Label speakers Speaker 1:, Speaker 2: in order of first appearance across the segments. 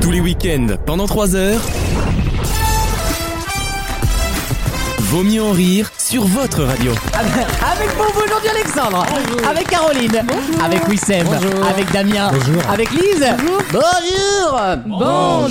Speaker 1: Tous les week-ends, pendant 3 heures. Vaut mieux en rire sur votre radio.
Speaker 2: Avec pour vous aujourd'hui Alexandre, avec Caroline, avec Wissem, avec Damien, avec Lise. Bonjour.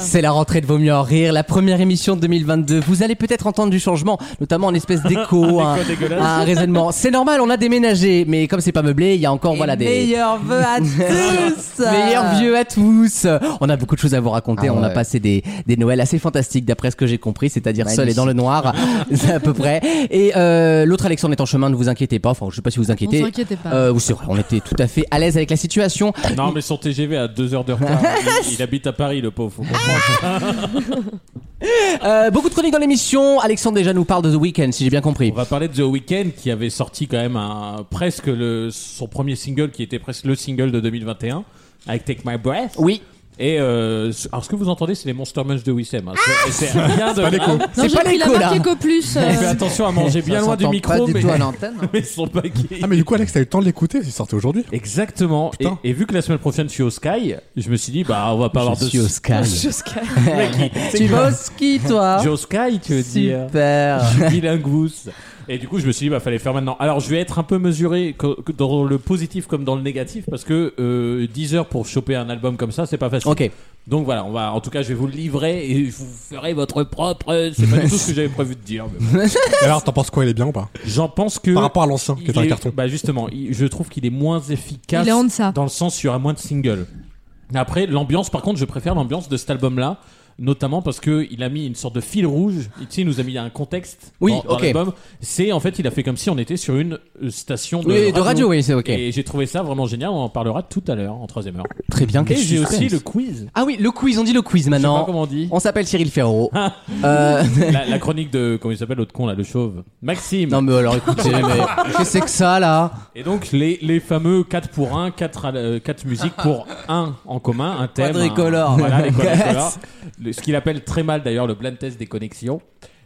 Speaker 2: C'est la rentrée de Vaut mieux en rire, la première émission de 2022. Vous allez peut-être entendre du changement, notamment en espèce d'écho, un, un raisonnement. C'est normal, on a déménagé, mais comme c'est pas meublé, il y a encore voilà des
Speaker 3: Meilleurs vœux à tous
Speaker 4: Ah.
Speaker 2: Meilleurs vieux à tous On a beaucoup de choses à vous raconter. on a passé des, des Noëls assez fantastiques, d'après ce que j'ai compris, c'est-à-dire seul et dans le noir, c'est à peu près. Et euh, l'autre Alexandre est en chemin, ne vous inquiétez pas. Enfin, je sais pas si vous inquiétez.
Speaker 3: On s'inquiétait pas.
Speaker 2: Euh, oui, c'est vrai, on était tout à fait à l'aise avec la situation.
Speaker 4: Non, mais son TGV à 2 heures de retard. il, il habite à Paris, le pauvre. faut
Speaker 2: Ah.
Speaker 4: comprendre.
Speaker 2: Euh, beaucoup de chroniques dans l'émission. Alexandre déjà nous parle de The Weeknd, si j'ai bien compris.
Speaker 4: On va parler de The Weeknd qui avait sorti quand même un, presque le, son premier single qui était presque le single de 2021 avec Take My Breath.
Speaker 2: Oui.
Speaker 4: Et euh, ce- alors ce que vous entendez, c'est les Monster Munch de Wissem. hein. C'est- et c'est rien de.
Speaker 2: Ah C'est pas
Speaker 3: Il a
Speaker 2: l'écho là.
Speaker 3: marqué qu'au plus. euh,
Speaker 4: Ah, fais attention à manger bien loin du micro, mais, mais ils sont pas
Speaker 5: Ah mais du coup Alex t'as eu le temps de l'écouter, il sortait aujourd'hui.
Speaker 4: Exactement. Et,
Speaker 5: Putain.
Speaker 4: et vu que la semaine prochaine je suis au Sky, je me suis dit bah on va pas avoir de.
Speaker 2: suis au Sky.
Speaker 3: jusqu'à-
Speaker 2: tu vas au ski, toi
Speaker 4: Je suis au Sky, tu veux dire.
Speaker 2: Super.
Speaker 4: Je suis bilingue, vous. Ah, Et du coup, je me suis dit, bah, fallait faire maintenant. Alors, je vais être un peu mesuré que- que dans le positif comme dans le négatif, parce que euh, 10 heures pour choper un album comme ça, c'est pas facile.
Speaker 2: Ok.
Speaker 4: Donc voilà, on va, en tout cas, je vais vous le livrer et vous ferez votre propre. C'est pas du tout ce que j'avais prévu de dire. mais bon.
Speaker 5: Et alors t'en penses quoi, il est bien ou pas
Speaker 4: J'en pense que.
Speaker 5: Par rapport à
Speaker 2: Hein,
Speaker 5: l'ancien qui
Speaker 4: Euh, il
Speaker 5: est un
Speaker 4: est-
Speaker 5: carton.
Speaker 4: Bah justement, il- je trouve qu'il est moins efficace
Speaker 3: Il est en deçà.
Speaker 4: dans le sens sur un moins de single. Après, l'ambiance, par contre, je préfère l'ambiance de cet album-là, notamment parce que il a mis une sorte de fil rouge. Il, tu sais, il nous a mis un contexte
Speaker 2: Oui,
Speaker 4: dans, dans
Speaker 2: ok.
Speaker 4: l'album. C'est en fait, il a fait comme si on était sur une euh, station de,
Speaker 2: Oui, de radio, oui, c'est ok.
Speaker 4: Et j'ai trouvé ça vraiment génial. On en parlera tout à l'heure en troisième heure.
Speaker 2: Très bien.
Speaker 4: Et
Speaker 2: quel
Speaker 4: j'ai
Speaker 2: suspense.
Speaker 4: aussi le quiz.
Speaker 2: Ah oui, le quiz, on dit le quiz
Speaker 4: Je sais
Speaker 2: maintenant.
Speaker 4: pas comment on dit.
Speaker 2: On s'appelle Cyril Ferro. euh,
Speaker 4: La, la chronique de comment il s'appelle l'autre con là, le chauve Maxime.
Speaker 2: non mais alors écoutez, mais qu'est-ce que c'est que ça là
Speaker 4: Et donc les, les fameux 4 pour 1, 4, musiques pour un en commun, un thème.
Speaker 2: Quadricolore.
Speaker 4: un- voilà, les quadricolores.
Speaker 2: Yes.
Speaker 4: Le- ce qu'il appelle très mal d'ailleurs le blind test des connexions.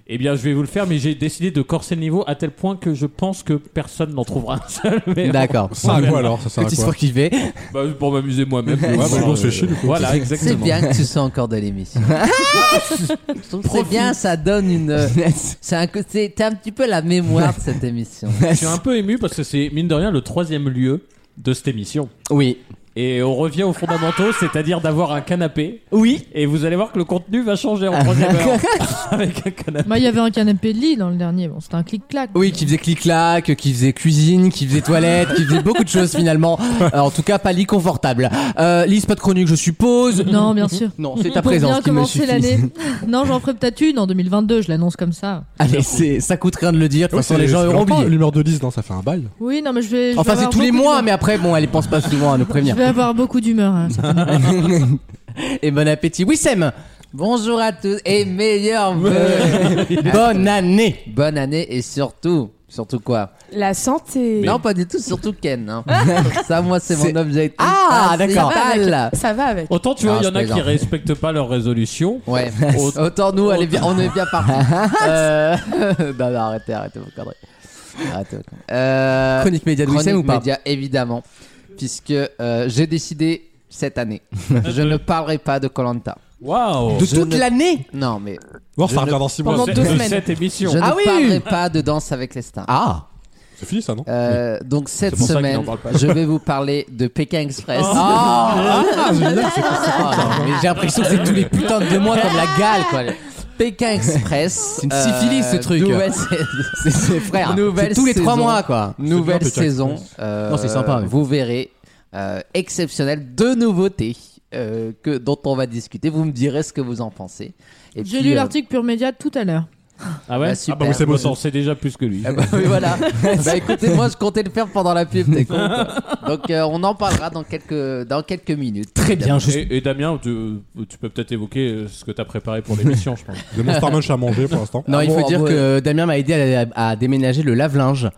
Speaker 4: Eh bien, je vais vous le faire, mais j'ai décidé de corser le niveau à tel point que je pense que personne n'en trouvera un seul. mais
Speaker 2: D'accord.
Speaker 5: Ça sert à quoi Bah, alors Ça sert à
Speaker 2: Petite
Speaker 5: quoi
Speaker 2: fois qui fait.
Speaker 4: bah, pour m'amuser moi-même.
Speaker 5: Ouais, bah, bon, c'est chill, du coup.
Speaker 4: Voilà, exactement.
Speaker 6: que tu sois encore de l'émission. Je trouve que c'est bien, ça donne une. euh, C'est un, côté- t'as un petit peu la mémoire de cette émission.
Speaker 4: Je suis un peu ému parce que c'est, mine de rien, le troisième lieu de cette émission.
Speaker 2: Oui.
Speaker 4: Et on revient aux fondamentaux, c'est-à-dire d'avoir un canapé.
Speaker 2: Oui.
Speaker 4: Et vous allez voir que le contenu va changer
Speaker 2: Ah,
Speaker 4: en troisième heure. Avec un canapé.
Speaker 3: Moi, il y avait un canapé de lit dans le dernier. Bon, c'était un clic-clac.
Speaker 2: Oui, qui faisait clic-clac, qui faisait cuisine, qui faisait toilette, qui faisait beaucoup de choses finalement. Euh, en tout cas, pas lit confortable. Euh, Lise, pas de chronique, je suppose.
Speaker 3: Non, bien sûr.
Speaker 2: Non, c'est ta
Speaker 3: Pour
Speaker 2: présence
Speaker 3: bien
Speaker 2: qui me
Speaker 3: commencer
Speaker 2: suffit.
Speaker 3: l'année. Non, j'en ferai peut-être une en 2022, je l'annonce comme ça.
Speaker 2: Allez, c'est, ça coûte rien de le dire. De toute
Speaker 5: Ah Ouais,
Speaker 2: façon,
Speaker 5: c'est-
Speaker 2: les gens
Speaker 5: c'est
Speaker 2: auront
Speaker 5: longtemps,
Speaker 2: oublié.
Speaker 5: L'humeur de Lise, non, ça fait un bail.
Speaker 3: Oui, non, mais je vais. je vais
Speaker 2: Enfin, c'est
Speaker 3: avoir
Speaker 2: tous les
Speaker 3: beaucoup
Speaker 2: mois, mais
Speaker 3: d'humeur.
Speaker 2: après, bon, elle pense pas souvent à nous prévenir.
Speaker 3: Je vais avoir beaucoup d'humeur. hein, certainement.
Speaker 2: Et bon appétit. Wissem,
Speaker 6: Bonjour à tous et meilleurs vœux.
Speaker 2: bonne année.
Speaker 6: Bonne année et surtout. Surtout quoi
Speaker 7: La santé.
Speaker 6: Non, pas du tout, surtout Ken. hein. ça, moi, c'est
Speaker 2: C'est-
Speaker 6: mon objectif.
Speaker 2: Ah, d'accord.
Speaker 6: principal.
Speaker 7: Ça va avec.
Speaker 4: Autant tu vois,
Speaker 6: Non,
Speaker 4: il y
Speaker 6: je
Speaker 4: en a qui
Speaker 6: plaisante.
Speaker 4: respectent pas leurs résolutions.
Speaker 6: Ouais.
Speaker 4: Autant-
Speaker 6: Autant nous, on est bien, on est bien partis.
Speaker 2: Bah,
Speaker 6: euh... non, non, arrêtez, arrêtez vos conneries. Arrêtez vos conneries. Euh,
Speaker 2: Chronique média de
Speaker 6: Chronique
Speaker 2: Wissem ou pas
Speaker 6: média, évidemment, puisque euh, j'ai décidé cette année, je ne parlerai pas de Colanta.
Speaker 4: Waouh
Speaker 2: De
Speaker 6: Je
Speaker 2: toute
Speaker 6: ne-
Speaker 2: l'année
Speaker 6: Non, mais
Speaker 5: Bon, ça
Speaker 6: ne-
Speaker 5: revient dans 6 mois.
Speaker 7: Pendant
Speaker 4: C'est-
Speaker 7: deux
Speaker 4: de
Speaker 7: semaines.
Speaker 4: cette
Speaker 6: je
Speaker 4: émission.
Speaker 6: ne
Speaker 2: Ah oui
Speaker 6: parlerai pas de Danse avec les stars.
Speaker 2: Ah
Speaker 5: C'est fini ça, non
Speaker 6: Euh, donc cette
Speaker 4: C'est pour ça qu'il
Speaker 6: semaine,
Speaker 4: n'en parle pas.
Speaker 6: je vais vous parler de Pékin Express.
Speaker 2: Ah, Mais j'ai l'impression que c'est tous les putains de deux mois comme la gale, quoi.
Speaker 6: Pékin Express. euh,
Speaker 2: C'est une syphilis, ce truc.
Speaker 6: nouvelle-
Speaker 2: C'est ses frères.
Speaker 6: Nouvelle
Speaker 2: C'est tous les trois
Speaker 6: saison.
Speaker 2: mois, quoi.
Speaker 6: Nouvelle
Speaker 5: bien, Pékin
Speaker 6: saison. euh,
Speaker 2: Non, c'est sympa, mais-
Speaker 6: Vous verrez. euh, exceptionnel. Deux nouveautés euh, que, dont on va discuter. Vous me direz ce que vous en pensez. Et
Speaker 3: J'ai
Speaker 6: puis,
Speaker 3: lu
Speaker 6: euh,
Speaker 3: l'article Pure Média tout à l'heure.
Speaker 4: Ah ouais
Speaker 6: bah, super.
Speaker 4: Ah bah, c'est bon, c'est déjà plus que lui.
Speaker 6: Eh ben, oui, voilà. bah écoutez, moi je comptais le faire pendant la pub, t'es con, quoi. Donc euh, on en parlera dans quelques, dans quelques minutes.
Speaker 2: Très bien, je
Speaker 4: Et, et Damien, tu, tu peux peut-être évoquer euh, ce que t'as préparé pour l'émission, je pense.
Speaker 5: Des Monster Munch à manger pour l'instant.
Speaker 2: Non,
Speaker 6: Ah
Speaker 2: il
Speaker 6: bon,
Speaker 2: faut
Speaker 6: ah
Speaker 2: dire
Speaker 6: bon,
Speaker 2: que Damien m'a aidé à, à déménager le lave-linge.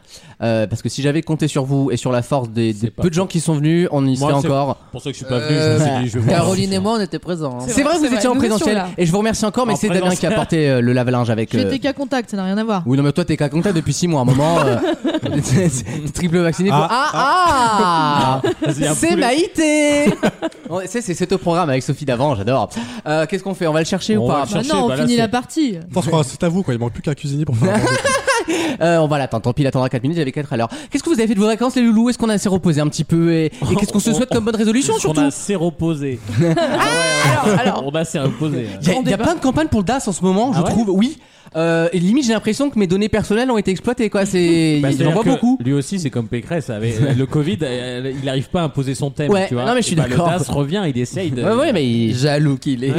Speaker 2: Euh, parce que si j'avais compté sur vous et sur la force des, des
Speaker 4: C'est pas
Speaker 2: peu de gens qui sont venus, on y
Speaker 4: Moi,
Speaker 2: serait
Speaker 4: c'est-
Speaker 2: encore.
Speaker 4: Pour ça que je suis pas venu,
Speaker 2: Euh,
Speaker 4: je me suis dit, je vais voir.
Speaker 6: Caroline et moi on était présents. hein.
Speaker 2: C'est vrai,
Speaker 7: vrai,
Speaker 2: vous
Speaker 7: c'est
Speaker 2: étiez
Speaker 7: vrai,
Speaker 2: en
Speaker 7: nous étions
Speaker 2: présentiel.
Speaker 7: là.
Speaker 2: Et je vous remercie encore, mais
Speaker 4: En
Speaker 2: c'est Damien qui a
Speaker 4: présentiel.
Speaker 2: porté euh, le lave-linge avec
Speaker 3: Je l'ai que t'es qu'à contact, ça n'a rien à voir.
Speaker 2: Oui, non, mais toi, t'es qu'à contact depuis 6 mois. À un moment, euh, t'es- t'es triple vacciné. faut- Ah, ah,
Speaker 4: Vas-y, un
Speaker 2: C'est
Speaker 4: poulet.
Speaker 2: Maïté On- C'est c'est- c'est au programme avec Sophie d'avant, j'adore. Euh, Qu'est-ce qu'on fait On va le chercher
Speaker 4: On
Speaker 2: ou
Speaker 4: va
Speaker 2: pas
Speaker 4: le
Speaker 3: Bah
Speaker 4: chercher,
Speaker 3: non, on
Speaker 4: bah là,
Speaker 3: finit
Speaker 4: c'est-
Speaker 3: la partie.
Speaker 5: Je pense qu'on c'est à vous quoi, il manque plus qu'un cuisinier pour faire. un manger.
Speaker 2: Euh, On va l'attendre, tant pis, il attendra 4 minutes, j'avais 4 à l'heure. Qu'est-ce que vous avez fait de vos vacances, les loulous Est-ce qu'on a assez reposé un petit peu Et, et qu'est-ce qu'on se souhaite comme bonne résolution,
Speaker 4: On
Speaker 2: surtout Ah,
Speaker 4: a assez reposé. On a assez reposé.
Speaker 2: Il y, a- il y a plein de campagnes pour le DAS en ce moment, je
Speaker 4: Ah ouais
Speaker 2: trouve, oui. Euh, et limite, j'ai l'impression que mes données personnelles ont été exploitées, quoi. C'est.
Speaker 4: Bah,
Speaker 2: il y en
Speaker 4: c'est-à-dire
Speaker 2: voit
Speaker 4: que
Speaker 2: beaucoup.
Speaker 4: Lui aussi, c'est comme Pécresse. Avec le Covid, euh, il n'arrive pas à imposer son thème.
Speaker 2: Ouais,
Speaker 4: tu vois.
Speaker 2: non, mais je suis
Speaker 4: Et bah,
Speaker 2: d'accord.
Speaker 4: Le DAS revient, il essaye. De...
Speaker 2: Ouais, ouais, mais il-
Speaker 6: Jaloux qu'il est.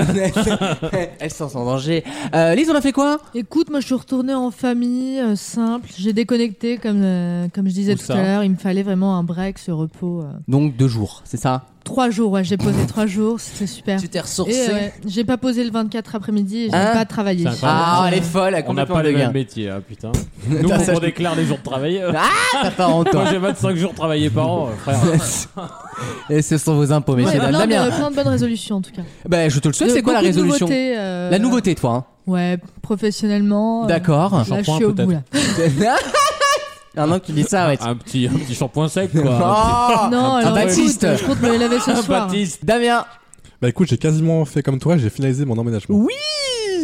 Speaker 2: elle se sent en danger. Euh, Lise, on a fait quoi
Speaker 3: Écoute, moi je suis retournée en famille, euh, simple. J'ai déconnecté, comme, euh, comme je disais
Speaker 4: Où
Speaker 3: tout
Speaker 4: ça
Speaker 3: à l'heure. Il me fallait vraiment un break, ce repos. euh.
Speaker 2: Donc deux jours, c'est ça
Speaker 3: Trois jours, ouais, j'ai posé trois jours, c'était super.
Speaker 6: tu t'es
Speaker 3: Et
Speaker 6: ressourcé.
Speaker 3: ouais, j'ai pas posé le 24 après-midi et j'ai
Speaker 2: Hein
Speaker 3: pas travaillé.
Speaker 4: C'est incroyable.
Speaker 2: Ah, elle est folle, elle a
Speaker 4: On n'a
Speaker 2: complètement
Speaker 4: pas le
Speaker 2: de
Speaker 4: même
Speaker 2: gain.
Speaker 4: métier, hein, putain. Nous,
Speaker 2: T'as ça,
Speaker 4: on
Speaker 2: je-
Speaker 4: déclare les jours de travail. euh.
Speaker 2: T'as Ah, pas
Speaker 4: Moi,
Speaker 2: honte.
Speaker 4: j'ai 25 jours travaillés par an, euh, frère.
Speaker 2: Et ce sont vos impôts,
Speaker 3: Ouais,
Speaker 2: messieurs, dames.
Speaker 3: plein, de,
Speaker 2: Damien,
Speaker 3: euh, plein de bonnes résolutions en tout cas.
Speaker 2: ben, je te le souhaite,
Speaker 3: De-
Speaker 2: c'est quoi la
Speaker 3: beaucoup de
Speaker 2: résolution
Speaker 3: nouveautés, euh,
Speaker 2: La nouveauté, toi. hein.
Speaker 3: Ouais, professionnellement. euh,
Speaker 2: D'accord.
Speaker 3: Là, je
Speaker 4: Shampoing,
Speaker 3: suis au bout là.
Speaker 2: Un an qui dit ça, ouais.
Speaker 4: Un petit, un petit shampoing sec, quoi.
Speaker 2: Oh
Speaker 3: non,
Speaker 2: un
Speaker 3: alors
Speaker 2: Baptiste.
Speaker 3: écoute, je compte me les laver ce
Speaker 4: Un
Speaker 3: soir.
Speaker 4: Baptiste.
Speaker 2: Damien,
Speaker 5: bah écoute, j'ai quasiment fait comme toi, j'ai finalisé mon emménagement.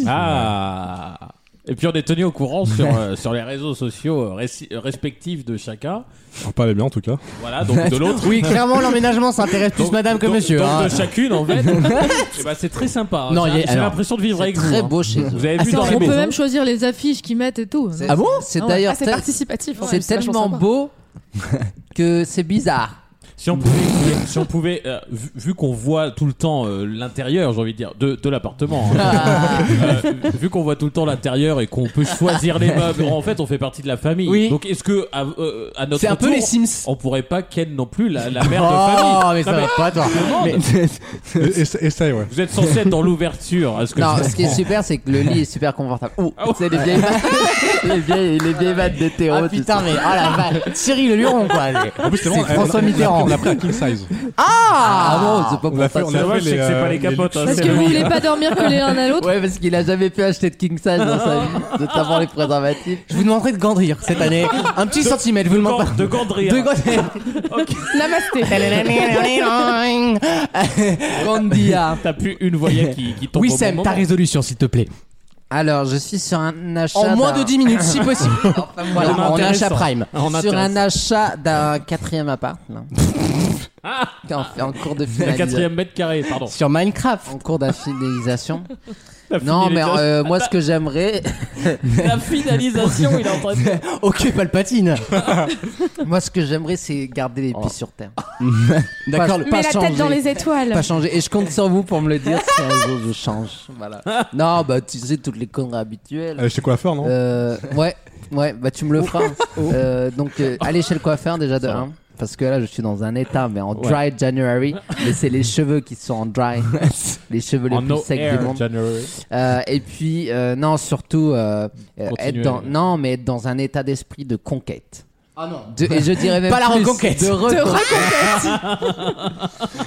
Speaker 4: Ah. Et puis on est tenu au courant sur, euh, sur les réseaux sociaux euh, réci- euh, respectifs de chacun.
Speaker 5: On pas les bien en tout cas.
Speaker 4: Voilà, donc de l'autre.
Speaker 2: oui, clairement, l'emménagement s'intéresse plus
Speaker 4: Donc-
Speaker 2: madame que
Speaker 4: donc-
Speaker 2: monsieur.
Speaker 4: donc
Speaker 2: hein.
Speaker 4: de chacune en fait. Et bah, c'est très sympa.
Speaker 2: Non,
Speaker 4: J'ai-
Speaker 2: il y a-
Speaker 4: j'ai
Speaker 2: alors,
Speaker 4: l'impression de vivre avec vous.
Speaker 6: Très
Speaker 4: hein.
Speaker 6: beau chez vous.
Speaker 4: Vous avez vu
Speaker 3: Attends,
Speaker 4: dans la
Speaker 3: on peut
Speaker 4: maison.
Speaker 3: même choisir les affiches qu'ils mettent et tout.
Speaker 6: C'est-
Speaker 2: Ah bon
Speaker 6: C'est
Speaker 3: Ah Ah ouais.
Speaker 6: d'ailleurs
Speaker 7: Ah, c'est
Speaker 6: tel-
Speaker 7: participatif.
Speaker 6: c'est tellement beau que c'est bizarre.
Speaker 4: Si on pouvait, si on pouvait euh, vu, vu qu'on voit tout le temps euh, l'intérieur, j'ai envie de dire, de, de l'appartement, hein. Euh, vu qu'on voit tout le temps l'intérieur et qu'on peut choisir les meubles, en fait, on fait partie de la famille.
Speaker 2: Oui.
Speaker 4: Donc, est-ce que à, euh, à notre
Speaker 2: C'est un peu
Speaker 4: tour,
Speaker 2: les Sims.
Speaker 4: on pourrait pas ken non plus la, la mère de
Speaker 2: Oh,
Speaker 4: famille
Speaker 2: mais ça
Speaker 4: Non,
Speaker 2: va pas, toi. Mais-
Speaker 5: Et- et- Essaye, ouais.
Speaker 4: Vous êtes censé être dans l'ouverture. à ce que
Speaker 6: Non,
Speaker 4: je
Speaker 6: ce qui est
Speaker 4: comprends.
Speaker 6: super, c'est que le lit est super confortable. Ouh, c'est les vieilles, les vieilles, les vieilles vannes de Théo.
Speaker 2: Ah
Speaker 6: tu
Speaker 2: putain, mais oh la vache. Cyril Le Luron, quoi.
Speaker 5: En plus, c'est vraiment-
Speaker 2: C'est François
Speaker 5: on a- on a-
Speaker 2: Mitterrand.
Speaker 5: On a pris un king size.
Speaker 6: Ah bon, c'est pas
Speaker 5: On
Speaker 6: pour
Speaker 5: a fait,
Speaker 6: ça.
Speaker 5: on
Speaker 4: C'est
Speaker 5: a fait
Speaker 4: dommage, c'est
Speaker 5: les.
Speaker 4: que c'est pas les
Speaker 5: euh,
Speaker 4: capotes. hein,
Speaker 3: Parce
Speaker 4: c'est
Speaker 3: que
Speaker 4: le-
Speaker 3: vous voulez pas dormir que les uns à l'autre
Speaker 6: Ouais, parce qu'il a jamais pu acheter de king size dans sa vie, notamment les préservatifs.
Speaker 2: Je vous demanderai de gandrir cette année. Un petit centimètre, je vous demande pas.
Speaker 4: de Gandria.
Speaker 2: De gandrir.
Speaker 6: Gandia.
Speaker 4: Ah, T'as plus une voyelle qui, qui tombe.
Speaker 2: Oui,
Speaker 4: au
Speaker 2: Sam,
Speaker 4: bon
Speaker 2: ta
Speaker 4: moment.
Speaker 2: résolution, s'il te plaît.
Speaker 6: Alors, je suis sur un achat.
Speaker 2: En moins
Speaker 6: d'un-
Speaker 2: de 10 minutes, si possible.
Speaker 6: Enfin, voilà,
Speaker 4: Non, mais
Speaker 2: en
Speaker 4: intéressant.
Speaker 2: achat prime.
Speaker 4: Ah, on
Speaker 6: sur
Speaker 4: intéresse.
Speaker 6: un achat d'un quatrième appart. là. en, en cours de
Speaker 4: La
Speaker 6: finalisation.
Speaker 4: quatrième mètre carré, pardon.
Speaker 2: Sur Minecraft.
Speaker 6: En cours d'affinalisation.
Speaker 4: La
Speaker 6: Non, mais
Speaker 4: finalisation-
Speaker 6: euh, moi, ce que j'aimerais,
Speaker 4: la finalisation, il est en train de.
Speaker 2: Ok, Palpatine. Oh.
Speaker 6: moi, ce que j'aimerais, c'est garder les pieds sur terre.
Speaker 2: D'accord.
Speaker 6: Pas-
Speaker 7: Mais la
Speaker 6: changer.
Speaker 7: tête dans les étoiles.
Speaker 6: Pas changer. Et je compte sur vous pour me le dire si un jour je change. Voilà. Non, bah, tu sais, toutes les conneries habituelles.
Speaker 5: euh, Chez coiffeur, non
Speaker 6: Euh, ouais, ouais, bah tu me le feras.
Speaker 4: Oh.
Speaker 6: Euh, donc, euh, aller chez le coiffeur déjà de 1. Parce que là, je suis dans un état, mais en
Speaker 4: Ouais.
Speaker 6: dry January. Mais c'est les cheveux qui sont en dry. les cheveux les
Speaker 4: En
Speaker 6: plus
Speaker 4: no
Speaker 6: secs
Speaker 4: air,
Speaker 6: du monde.
Speaker 4: January.
Speaker 6: Euh, et puis, euh, non, surtout, euh, euh, être
Speaker 4: Continuer.
Speaker 6: dans, non, mais être dans un état d'esprit de conquête.
Speaker 2: Ah non.
Speaker 6: De- et je dirais même
Speaker 2: Pas la
Speaker 6: plus,
Speaker 2: reconquête.
Speaker 6: De reconquête.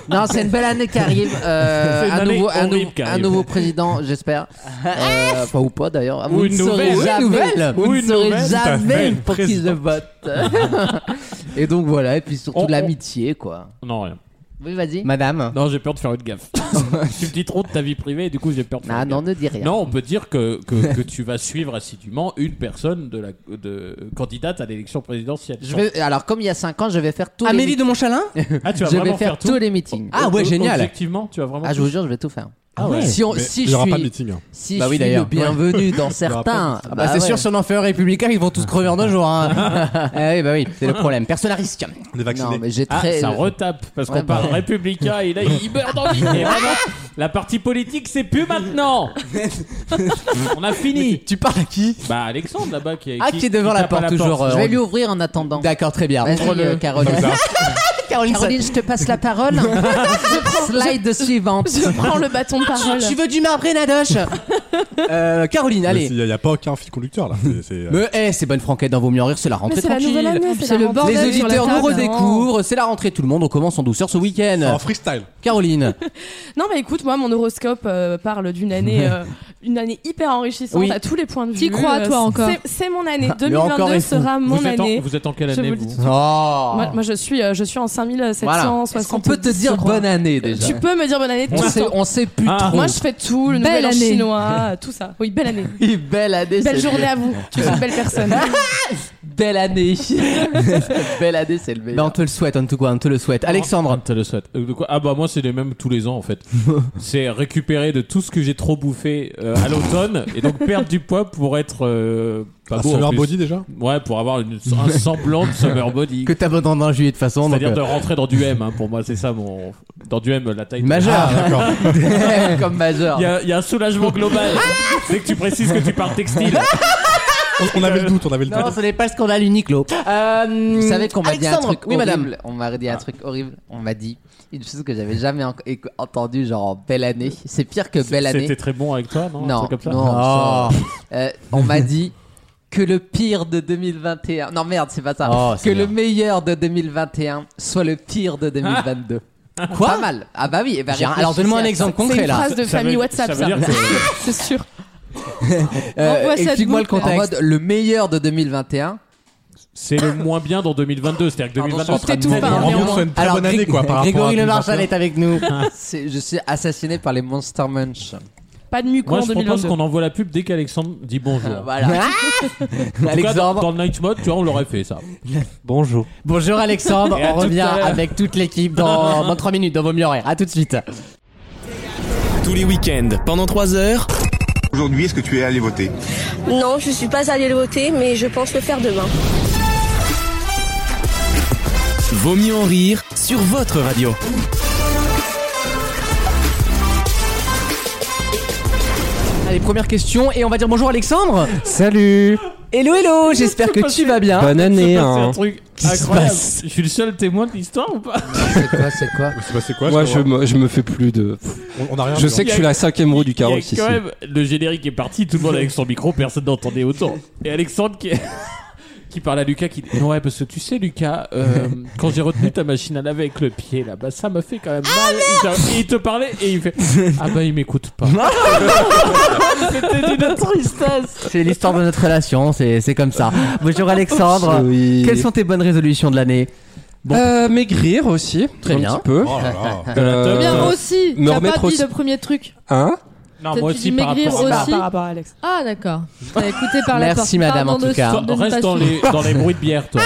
Speaker 6: non, c'est une belle année qui arrive. euh,
Speaker 4: C'est une
Speaker 6: un,
Speaker 4: année
Speaker 6: nouveau, un,
Speaker 4: horrible
Speaker 6: nouveau-
Speaker 4: qui
Speaker 6: un
Speaker 4: arrive.
Speaker 6: nouveau président, j'espère.
Speaker 2: Ah.
Speaker 6: Euh, enfin, ou pas d'ailleurs. Ah,
Speaker 4: Ou
Speaker 6: vous
Speaker 4: une
Speaker 6: ne saurez
Speaker 4: nouvelle.
Speaker 6: jamais-
Speaker 2: Une nouvelle.
Speaker 6: Vous
Speaker 4: Ou
Speaker 6: ne
Speaker 4: une
Speaker 6: saurez
Speaker 4: nouvelle.
Speaker 6: jamais
Speaker 5: Tout à fait,
Speaker 6: pour qui je vote. et donc voilà, et puis surtout
Speaker 4: On- on-
Speaker 6: de l'amitié, quoi.
Speaker 4: Non, rien.
Speaker 6: Oui, vas-y.
Speaker 2: Madame.
Speaker 4: Non, j'ai peur de faire une gaffe. tu me dis trop de ta vie privée, du coup, j'ai peur de faire
Speaker 6: Ah
Speaker 4: une
Speaker 6: non,
Speaker 4: gaffe.
Speaker 6: ne dis rien.
Speaker 4: Non, on peut dire que, que, que tu vas suivre assidûment une personne de la de, candidate à l'élection présidentielle.
Speaker 6: Je vais, alors, comme il y a 5 ans, je vais faire tous les
Speaker 2: Amélie de Montchalin
Speaker 4: Ah, tu vas
Speaker 6: je
Speaker 4: vraiment
Speaker 6: vais faire
Speaker 4: tout
Speaker 6: tous les meetings.
Speaker 2: Ah ouais, génial.
Speaker 4: Objectivement, tu vas vraiment.
Speaker 6: Ah, je vous jure, je vais tout faire.
Speaker 4: Ah ouais.
Speaker 6: Si, on,
Speaker 5: Mais
Speaker 6: si
Speaker 5: Il
Speaker 6: je
Speaker 5: n'y aura pas de
Speaker 6: suis,
Speaker 5: meeting. hein.
Speaker 6: si
Speaker 2: Bah
Speaker 6: je
Speaker 2: oui,
Speaker 6: suis le
Speaker 2: d'ailleurs.
Speaker 6: bienvenu dans certains,
Speaker 2: Ah bah, c'est sûr, si on en fait un républicain, ils vont tous crever en deux jours. Hein. ah oui, bah oui, c'est le problème. Personne à risque.
Speaker 5: On est
Speaker 6: Non,
Speaker 5: vaccinés.
Speaker 6: mais j'ai
Speaker 4: Ah,
Speaker 6: très.
Speaker 4: ça retape parce
Speaker 6: Ouais,
Speaker 4: qu'on parle
Speaker 6: bah.
Speaker 4: républicain et là il meurt d'envie. Et vraiment, la partie politique c'est plus maintenant. On a fini.
Speaker 2: Tu parles à qui
Speaker 4: Bah Alexandre là-bas qui est
Speaker 2: Ah, qui est devant la
Speaker 4: tape à
Speaker 2: porte, toujours,
Speaker 6: je
Speaker 2: euh,
Speaker 6: vais
Speaker 2: on-
Speaker 6: lui ouvrir en attendant.
Speaker 8: Oh,
Speaker 5: Bah,
Speaker 2: D'accord, très bien.
Speaker 6: Vas-y, euh, Caroline.
Speaker 2: Caroline, ça-
Speaker 6: Caroline, je te passe la parole. Slide suivante.
Speaker 7: Je prends le bâton de parole.
Speaker 2: Tu veux du marbré, Nadoche Euh, Caroline, allez.
Speaker 5: Il n'y a, pas aucun fil conducteur là. C'est- euh, c'est-
Speaker 2: Mais eh, c'est bonne franquette dans Vaut mieux en rire, c'est la rentrée
Speaker 7: Mais c'est la
Speaker 2: tranquille.
Speaker 7: nouvelle année,
Speaker 3: C'est
Speaker 7: la
Speaker 3: le
Speaker 7: rentrée.
Speaker 3: bordel.
Speaker 2: Les
Speaker 3: Bordel sur la
Speaker 2: auditeurs nous
Speaker 3: table,
Speaker 2: redécouvrent, c'est la rentrée, tout le monde, on commence en douceur ce week-end.
Speaker 5: En freestyle.
Speaker 2: Caroline,
Speaker 7: Non, mais écoute, moi, mon horoscope euh, parle d'une année, euh, une année hyper enrichissante
Speaker 2: Oui.
Speaker 7: à tous les points de vue.
Speaker 3: T'y crois,
Speaker 7: Euh,
Speaker 3: toi, encore
Speaker 7: c'est- C'est mon année.
Speaker 2: Mais encore
Speaker 7: 2022
Speaker 2: et fou.
Speaker 7: sera mon
Speaker 4: vous, êtes
Speaker 7: année.
Speaker 4: en, vous êtes en quelle
Speaker 7: Je
Speaker 4: année
Speaker 7: vous le
Speaker 4: vous
Speaker 7: dis.
Speaker 2: oh.
Speaker 7: Moi, moi, je suis, euh, je suis en 5760.
Speaker 6: Est-ce qu'on peut te dire bonne année déjà
Speaker 7: Tu peux me dire bonne année tout
Speaker 6: on
Speaker 7: le
Speaker 6: sait,
Speaker 7: temps.
Speaker 6: on sait plus
Speaker 4: Ah.
Speaker 6: trop.
Speaker 7: Moi, je fais tout, le
Speaker 3: Belle
Speaker 7: nouvel an
Speaker 3: année.
Speaker 7: chinois, euh, tout ça. Oui, belle année.
Speaker 6: suis belle année.
Speaker 7: Belle journée à vous. Tu es une belle personne.
Speaker 6: Belle année. belle année, c'est le
Speaker 2: Ben, on te le souhaite, en tout cas, on te le souhaite. Alexandre,
Speaker 4: Te le souhaite. Euh, de quoi ah bah moi c'est les mêmes tous les ans en fait. c'est récupérer de tout ce que j'ai trop bouffé euh, à l'automne et donc perdre du poids pour être euh, pas
Speaker 5: Un
Speaker 4: beau. en
Speaker 5: summer
Speaker 4: plus.
Speaker 5: body déjà
Speaker 4: Ouais pour avoir une, un semblant de summer body.
Speaker 2: que t'abandonnes en juillet de toute façon.
Speaker 4: C'est-à-dire
Speaker 2: donc,
Speaker 4: de
Speaker 2: euh,
Speaker 4: rentrer dans du M hein, pour moi c'est ça mon dans du M la taille. de-
Speaker 2: Majeur.
Speaker 6: Comme majeur.
Speaker 4: Il y, a- il y a un soulagement global dès que tu précises que tu parles textile.
Speaker 5: On, on avait le doute, on avait le
Speaker 2: non,
Speaker 5: doute.
Speaker 2: ce n'est pas ce qu'on a l'Uniqlo. Euh,
Speaker 6: Vous savez qu'on m'a dit un
Speaker 2: Alexandre,
Speaker 6: truc
Speaker 2: Oui,
Speaker 6: horrible.
Speaker 2: madame.
Speaker 6: On m'a dit un truc horrible. On m'a dit une chose que j'avais jamais en- éc- entendue, genre en belle année. C'est pire que belle année.
Speaker 4: C'était très bon avec toi non Un
Speaker 6: Non,
Speaker 4: truc comme ça Ah.
Speaker 6: non.
Speaker 2: Oh.
Speaker 6: Euh, on m'a dit que le pire de 2021. Non merde, c'est pas ça.
Speaker 2: Oh,
Speaker 6: que
Speaker 2: c'est
Speaker 6: le
Speaker 2: bien.
Speaker 6: meilleur de 2021 soit le pire de 2022. Quoi Pas mal. Ah bah oui. eh ben,
Speaker 2: J'ai un- Alors donne-moi un
Speaker 6: réfléchissez à
Speaker 2: exemple
Speaker 7: C'est
Speaker 2: concret
Speaker 7: une
Speaker 2: là.
Speaker 7: phrase de
Speaker 4: Ça
Speaker 7: famille
Speaker 4: veut-
Speaker 7: WhatsApp,
Speaker 4: ça veut
Speaker 7: ça.
Speaker 4: dire que-
Speaker 7: C'est sûr.
Speaker 2: Euh,
Speaker 7: Envoie cette
Speaker 2: Explique-moi le
Speaker 7: boucle.
Speaker 6: ça. En
Speaker 2: contexte.
Speaker 6: mode le meilleur de 2021.
Speaker 4: C'est le moins bien dans 2022. C'est-à-dire que
Speaker 6: Pardon,
Speaker 4: 2022
Speaker 6: je suis en train de
Speaker 4: sera
Speaker 6: tout
Speaker 4: tellement
Speaker 7: faire.
Speaker 4: bien.
Speaker 5: Ambiance soit une très bonne année
Speaker 2: Gré-
Speaker 5: quoi. par rapport
Speaker 2: Grégory
Speaker 5: à
Speaker 2: Le Marchal
Speaker 5: 2021.
Speaker 2: est avec nous.
Speaker 6: C'est- je suis assassiné par les Monster Munch.
Speaker 7: Pas de micro
Speaker 4: Moi,
Speaker 7: en
Speaker 4: je propose
Speaker 7: 2022.
Speaker 4: qu'on envoie la pub dès qu'Alexandre dit bonjour.
Speaker 6: Voilà.
Speaker 4: Ah,
Speaker 8: Ah
Speaker 4: En tout cas, dans,
Speaker 2: Alexandre.
Speaker 4: dans le night mode, tu vois, on l'aurait fait ça.
Speaker 5: Bonjour.
Speaker 2: Bonjour Alexandre,
Speaker 4: Et à
Speaker 2: on
Speaker 4: tout
Speaker 2: revient
Speaker 4: à l'heure.
Speaker 2: avec toute l'équipe dans, dans 3 minutes dans Vos mieux en rire. À tout de suite.
Speaker 1: Tous les week-ends, pendant 3 heures,
Speaker 9: Aujourd'hui, est-ce que tu es allé voter
Speaker 10: Non, je suis pas allée le voter, mais je pense le faire demain.
Speaker 1: Vaut mieux en rire sur votre radio.
Speaker 2: Allez, première question et on va dire bonjour Alexandre. Salut. Hello, hello, j'espère que tu vas bien.
Speaker 8: Bonne année.
Speaker 4: C'est un
Speaker 8: hein.
Speaker 4: truc
Speaker 2: Qui se
Speaker 4: incroyable.
Speaker 2: passe
Speaker 4: Je suis le seul témoin de l'histoire ou pas
Speaker 6: c'est quoi C'est quoi
Speaker 5: C'est passé quoi
Speaker 8: Moi,
Speaker 5: je-
Speaker 8: je me, je me fais plus de.
Speaker 5: on, on a rien
Speaker 8: Je
Speaker 5: vu,
Speaker 8: sais
Speaker 5: hein.
Speaker 8: que je suis la cinquième roue du
Speaker 4: Il y a
Speaker 8: carrosse ici.
Speaker 4: quand même le générique est parti, tout le monde avec son micro, personne n'entendait autant. Et Alexandre qui, qui parle à Lucas qui dit Ouais, parce que tu sais, Lucas, euh, quand j'ai retenu ta machine à laver avec le pied là, bah ça m'a fait quand même
Speaker 8: Ah,
Speaker 4: mal. Il t'a- et il te parlait et il fait Ah bah il m'écoute pas. C'était une tristesse.
Speaker 2: C'est l'histoire de notre relation, c'est c'est comme ça. Bonjour Alexandre.
Speaker 1: Oh,
Speaker 8: Oui.
Speaker 2: Quelles sont tes bonnes résolutions de l'année
Speaker 8: Euh, maigrir aussi.
Speaker 2: Très
Speaker 8: un
Speaker 2: bien.
Speaker 8: Petit peu.
Speaker 5: Oh là là.
Speaker 8: Euh,
Speaker 3: Eh Bien aussi.
Speaker 8: me
Speaker 3: T'as
Speaker 8: remettre
Speaker 3: pas dit
Speaker 8: aussi-
Speaker 3: le premier truc.
Speaker 8: hein
Speaker 4: Non,
Speaker 3: T'as
Speaker 4: moi
Speaker 3: dit
Speaker 4: aussi, Bah, par
Speaker 3: maigrir
Speaker 4: rapport à-
Speaker 3: aussi.
Speaker 7: Par rapport à Alex.
Speaker 3: Ah d'accord. T'as écouté par la
Speaker 2: Merci,
Speaker 3: porte.
Speaker 2: madame, en
Speaker 3: Pardon
Speaker 2: tout
Speaker 3: de-
Speaker 2: cas.
Speaker 3: de
Speaker 4: Toi,
Speaker 3: ne pas Ah
Speaker 4: Reste dans
Speaker 3: suivre.
Speaker 4: les, dans les bruits de bière, toi.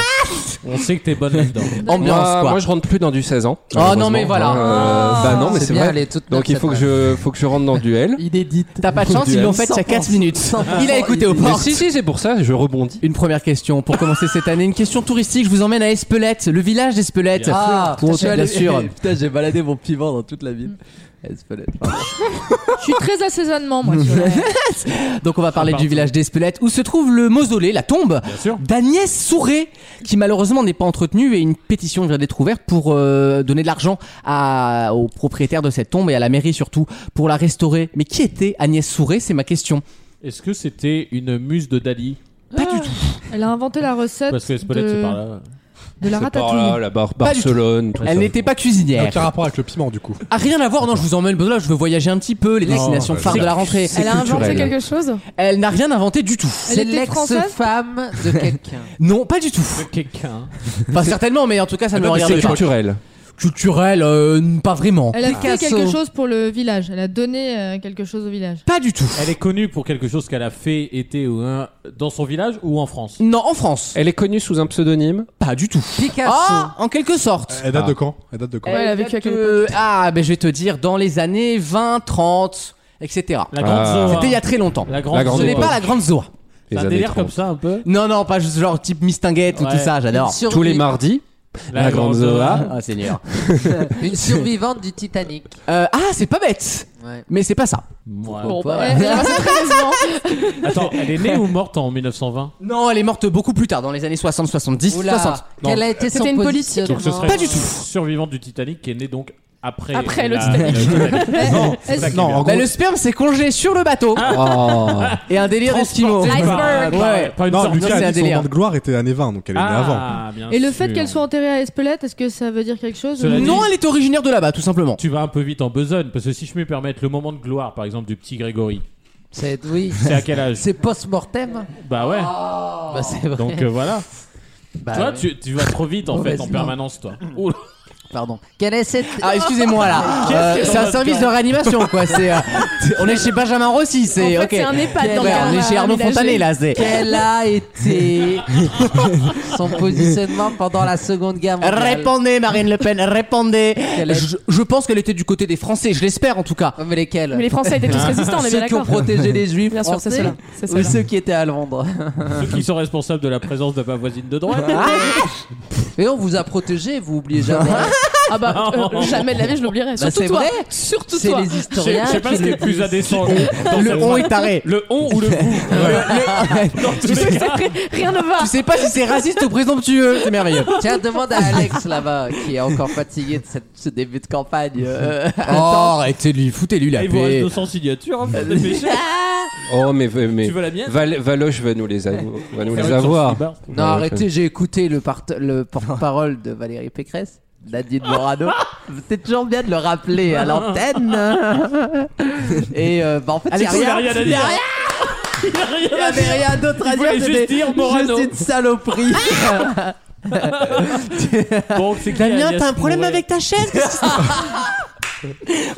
Speaker 4: On sait que t'es bonne là-dedans.
Speaker 2: Ambiance
Speaker 8: Bah, moi,
Speaker 2: quoi.
Speaker 8: moi, je rentre plus dans du 16 ans.
Speaker 2: Oh,
Speaker 8: malheureusement.
Speaker 2: non, mais voilà.
Speaker 8: Euh,
Speaker 7: Ah.
Speaker 8: bah non, mais c'est
Speaker 6: bien,
Speaker 8: vrai.
Speaker 6: elle est toute
Speaker 8: Donc
Speaker 6: neuve,
Speaker 8: il faut que
Speaker 6: cette
Speaker 8: je, faut que je rentre dans le duel.
Speaker 6: Inédite.
Speaker 2: T'as pas de chance, ils l'ont faite il y a 4 minutes. Il a écouté au
Speaker 8: Mais
Speaker 2: port.
Speaker 8: si, si, c'est pour ça, je rebondis.
Speaker 2: Une première question pour commencer cette année, une question touristique. Je vous emmène à Espelette, le village d'Espelette.
Speaker 6: Ah,
Speaker 2: pour
Speaker 6: putain,
Speaker 2: bien
Speaker 6: j'ai-
Speaker 2: sûr.
Speaker 6: Putain, j'ai Hmm. baladé mon piment dans toute la ville. Eh, Espelette.
Speaker 3: Je suis très assaisonnement moi. tu vois.
Speaker 2: Donc on va
Speaker 8: Ah,
Speaker 2: parler du village d'Espelette où se trouve le mausolée, la tombe
Speaker 4: Bien sûr.
Speaker 2: d'Agnès Souré qui malheureusement n'est pas entretenue et une pétition vient d'être ouverte pour euh, donner de l'argent à- aux propriétaires de cette tombe et à la mairie surtout pour la restaurer. Mais qui était Agnès Souré C'est ma question.
Speaker 4: Est-ce que c'était une muse de Dali
Speaker 3: Elle a inventé la recette
Speaker 4: Parce que Spolette, c'est par
Speaker 3: de,
Speaker 4: là.
Speaker 3: de la
Speaker 8: C'est par là,
Speaker 3: ratatouille.
Speaker 8: là-bas,
Speaker 2: Pas du tout.
Speaker 8: Barcelone. tout
Speaker 2: Elle
Speaker 8: ça.
Speaker 2: n'était pas
Speaker 5: Ça n'a
Speaker 2: cuisinière.
Speaker 5: Aucun rapport avec le piment du coup.
Speaker 2: Ah, rien à voir, non, je vous emmène là, je veux voyager un petit peu, les destinations
Speaker 5: bah,
Speaker 2: phares
Speaker 5: c'est-
Speaker 2: de la rentrée.
Speaker 7: Elle a inventé
Speaker 8: culturel.
Speaker 7: quelque chose
Speaker 2: Elle n'a rien inventé du tout.
Speaker 3: Elle
Speaker 6: C'est
Speaker 3: était française
Speaker 6: l'ex-femme de quelqu'un.
Speaker 2: Non, pas du tout.
Speaker 4: Quelqu'un.
Speaker 2: Enfin, certainement, mais en tout cas, ça ne me
Speaker 8: Ah, mais
Speaker 2: regarde
Speaker 8: C'est
Speaker 2: pas.
Speaker 8: culturel.
Speaker 2: Culturel, euh, pas vraiment.
Speaker 3: Elle a fait
Speaker 6: Picasso.
Speaker 3: quelque chose pour le village. Elle a donné euh, quelque chose au village.
Speaker 2: Pas du tout.
Speaker 4: Elle est connue pour quelque chose qu'elle a fait, été ou un- dans son village ou en France.
Speaker 2: Non, en France.
Speaker 8: Elle est connue sous un pseudonyme.
Speaker 2: Pas du tout.
Speaker 6: Picasso.
Speaker 2: Ah, en quelque sorte.
Speaker 5: Elle date
Speaker 8: Ah.
Speaker 5: de quand Elle date de quand
Speaker 7: Ouais. elle a vécu à quelle
Speaker 2: Euh, Ah, ben je vais te dire, dans les années 20, 30, etc.
Speaker 4: La grande
Speaker 8: Ah.
Speaker 4: Zoa.
Speaker 2: C'était il y a très longtemps.
Speaker 4: La grande,
Speaker 8: La grande
Speaker 2: Ce n'est
Speaker 8: Zoa.
Speaker 2: pas la grande Zoa.
Speaker 4: C'est
Speaker 8: Les
Speaker 4: un
Speaker 8: années
Speaker 4: délire
Speaker 8: 30.
Speaker 4: comme ça un peu.
Speaker 2: Non, non, pas juste genre type Mistinguette ou
Speaker 4: Ouais.
Speaker 2: tout ça, j'adore.
Speaker 6: Sur-
Speaker 8: Tous les mardis, La, grande Zoa.
Speaker 2: Ah, Seigneur.
Speaker 6: Une survivante du Titanic.
Speaker 2: Euh, ah, c'est pas bête,
Speaker 6: Ouais.
Speaker 2: mais c'est pas ça.
Speaker 4: Ouais.
Speaker 7: Bon,
Speaker 6: Pourquoi
Speaker 7: bah, ouais, alors, c'est très décevant.
Speaker 4: Attends, elle est née ou morte en 1920
Speaker 2: Non, elle est morte beaucoup plus tard, dans les années 60, 70,
Speaker 6: Oula.
Speaker 2: 60.
Speaker 4: Non.
Speaker 6: Quelle a été son
Speaker 7: C'était une politique.
Speaker 6: positionnement
Speaker 4: Donc ce serait
Speaker 2: Pas du
Speaker 4: une
Speaker 2: tout.
Speaker 4: survivante du Titanic qui est née donc après,
Speaker 7: Après le
Speaker 4: la- le Titanic. non, c'est ça qui est
Speaker 5: non,
Speaker 4: bien.
Speaker 5: en
Speaker 2: Bah, le sperme s'est congelé sur le bateau et un délire esquimau.
Speaker 4: Transporté par-
Speaker 7: Iceberg.
Speaker 4: par-
Speaker 2: Oh. Ouais.
Speaker 4: par une
Speaker 5: Non,
Speaker 4: sorte-
Speaker 2: c'est
Speaker 5: Lucas
Speaker 2: un
Speaker 5: a dit son
Speaker 2: délire.
Speaker 5: moment de gloire était années 20, donc elle est née avant.
Speaker 4: Ah, bien
Speaker 3: Et le
Speaker 4: sûr.
Speaker 3: fait qu'elle soit enterrée à Espelette, est-ce que ça veut dire quelque chose
Speaker 4: Cela dit-
Speaker 2: Non, elle est originaire de là-bas, tout simplement.
Speaker 4: Tu vas un peu vite en besogne, parce que si je me permettre, le moment de gloire, par exemple, du petit Grégory,
Speaker 6: C'est oui.
Speaker 4: c'est à quel âge
Speaker 6: C'est post-mortem.
Speaker 4: Bah ouais,
Speaker 6: Bah, c'est vrai.
Speaker 4: donc euh, voilà.
Speaker 6: Bah,
Speaker 4: toi,
Speaker 6: oui.
Speaker 4: tu, tu vas trop vite en fait, en
Speaker 6: Mauvaise
Speaker 4: permanence, toi. Ouh là.
Speaker 6: Pardon. Quelle est cette
Speaker 2: Ah, excusez-moi là.
Speaker 4: Qu'est-ce
Speaker 2: Euh,
Speaker 4: qu'il y a dans
Speaker 2: c'est un
Speaker 4: votre
Speaker 2: service de
Speaker 4: corps
Speaker 2: réanimation, quoi. C'est, euh, c'est- on est chez Benjamin Rossi,
Speaker 7: En fait,
Speaker 2: c'est ok.
Speaker 7: c'est un EHPAD
Speaker 2: Ouais,
Speaker 7: dans le
Speaker 2: on est
Speaker 7: Gard,
Speaker 2: chez Arnaud
Speaker 7: aménagé.
Speaker 2: Fontanet là, c'est.
Speaker 6: Quel a été son positionnement pendant la Seconde Guerre mondiale
Speaker 2: Répondez, Marine Le Pen, répondez.
Speaker 6: Quelle est-
Speaker 2: Je, je pense qu'elle était du côté des Français, je l'espère en tout cas.
Speaker 6: Oh, Mais lesquels
Speaker 7: Mais les Français étaient
Speaker 8: Ah.
Speaker 7: tous résistants, on est bien
Speaker 6: Ceux qui ont
Speaker 7: d'accord.
Speaker 6: protégé les Juifs
Speaker 7: Bien sûr, c'est
Speaker 6: français
Speaker 7: cela. C'est
Speaker 6: ou
Speaker 7: cela.
Speaker 6: ceux qui étaient à Londres
Speaker 4: Ceux qui sont responsables de la présence de ma voisine de droite.
Speaker 6: Et on vous a protégé, vous oubliez jamais.
Speaker 7: Ah bah, euh, jamais de la vie, je l'oublierai.
Speaker 6: Bah,
Speaker 7: Surtout
Speaker 6: c'est
Speaker 7: toi.
Speaker 6: vrai.
Speaker 7: Surtout
Speaker 6: C'est
Speaker 7: toi.
Speaker 6: les
Speaker 4: Je sais-
Speaker 6: historiens
Speaker 4: je sais pas
Speaker 6: qui
Speaker 4: ce qui
Speaker 6: le-
Speaker 4: est le plus indécent. dans
Speaker 2: Le
Speaker 4: cette
Speaker 2: on
Speaker 4: phrase.
Speaker 2: est taré.
Speaker 4: Le on ou le vous. Dans tous les cas.
Speaker 7: Rien ne va.
Speaker 2: Tu sais pas si c'est raciste ou présomptueux, c'est merveilleux.
Speaker 6: Tiens, demande à Alex là-bas, qui est encore fatigué de cette- ce début de campagne. euh,
Speaker 2: Oh, arrêtez-lui, foutez-lui la
Speaker 4: Il vous reste
Speaker 2: paix.
Speaker 4: 200 signatures, hein, faut se dépêcher.
Speaker 8: Oh, mais, mais
Speaker 4: Tu veux la mienne
Speaker 8: Val- Valoche va nous les, a- va nous
Speaker 4: Faire
Speaker 8: les
Speaker 4: une
Speaker 8: avoir.
Speaker 4: sortie barre.
Speaker 6: Non, arrêtez, j'ai écouté le, part- le porte-parole de Valérie Pécresse, Nadine Morano. C'est toujours bien de le rappeler à l'antenne. Et euh, bah, en fait, il y
Speaker 4: Du
Speaker 6: a
Speaker 4: coup, il a rien
Speaker 6: rien.
Speaker 4: à dire. Il a rien
Speaker 6: Il y
Speaker 4: à
Speaker 6: avait
Speaker 4: dire.
Speaker 6: rien d'autre à dire.
Speaker 4: Il voulait juste
Speaker 6: c'était
Speaker 4: dire Morano. Ah,
Speaker 6: Juste une saloperie.
Speaker 4: Bon, c'est qui,
Speaker 2: Damien,
Speaker 4: Agnès
Speaker 2: Eh t'as un problème
Speaker 4: Mouret
Speaker 2: avec ta chaise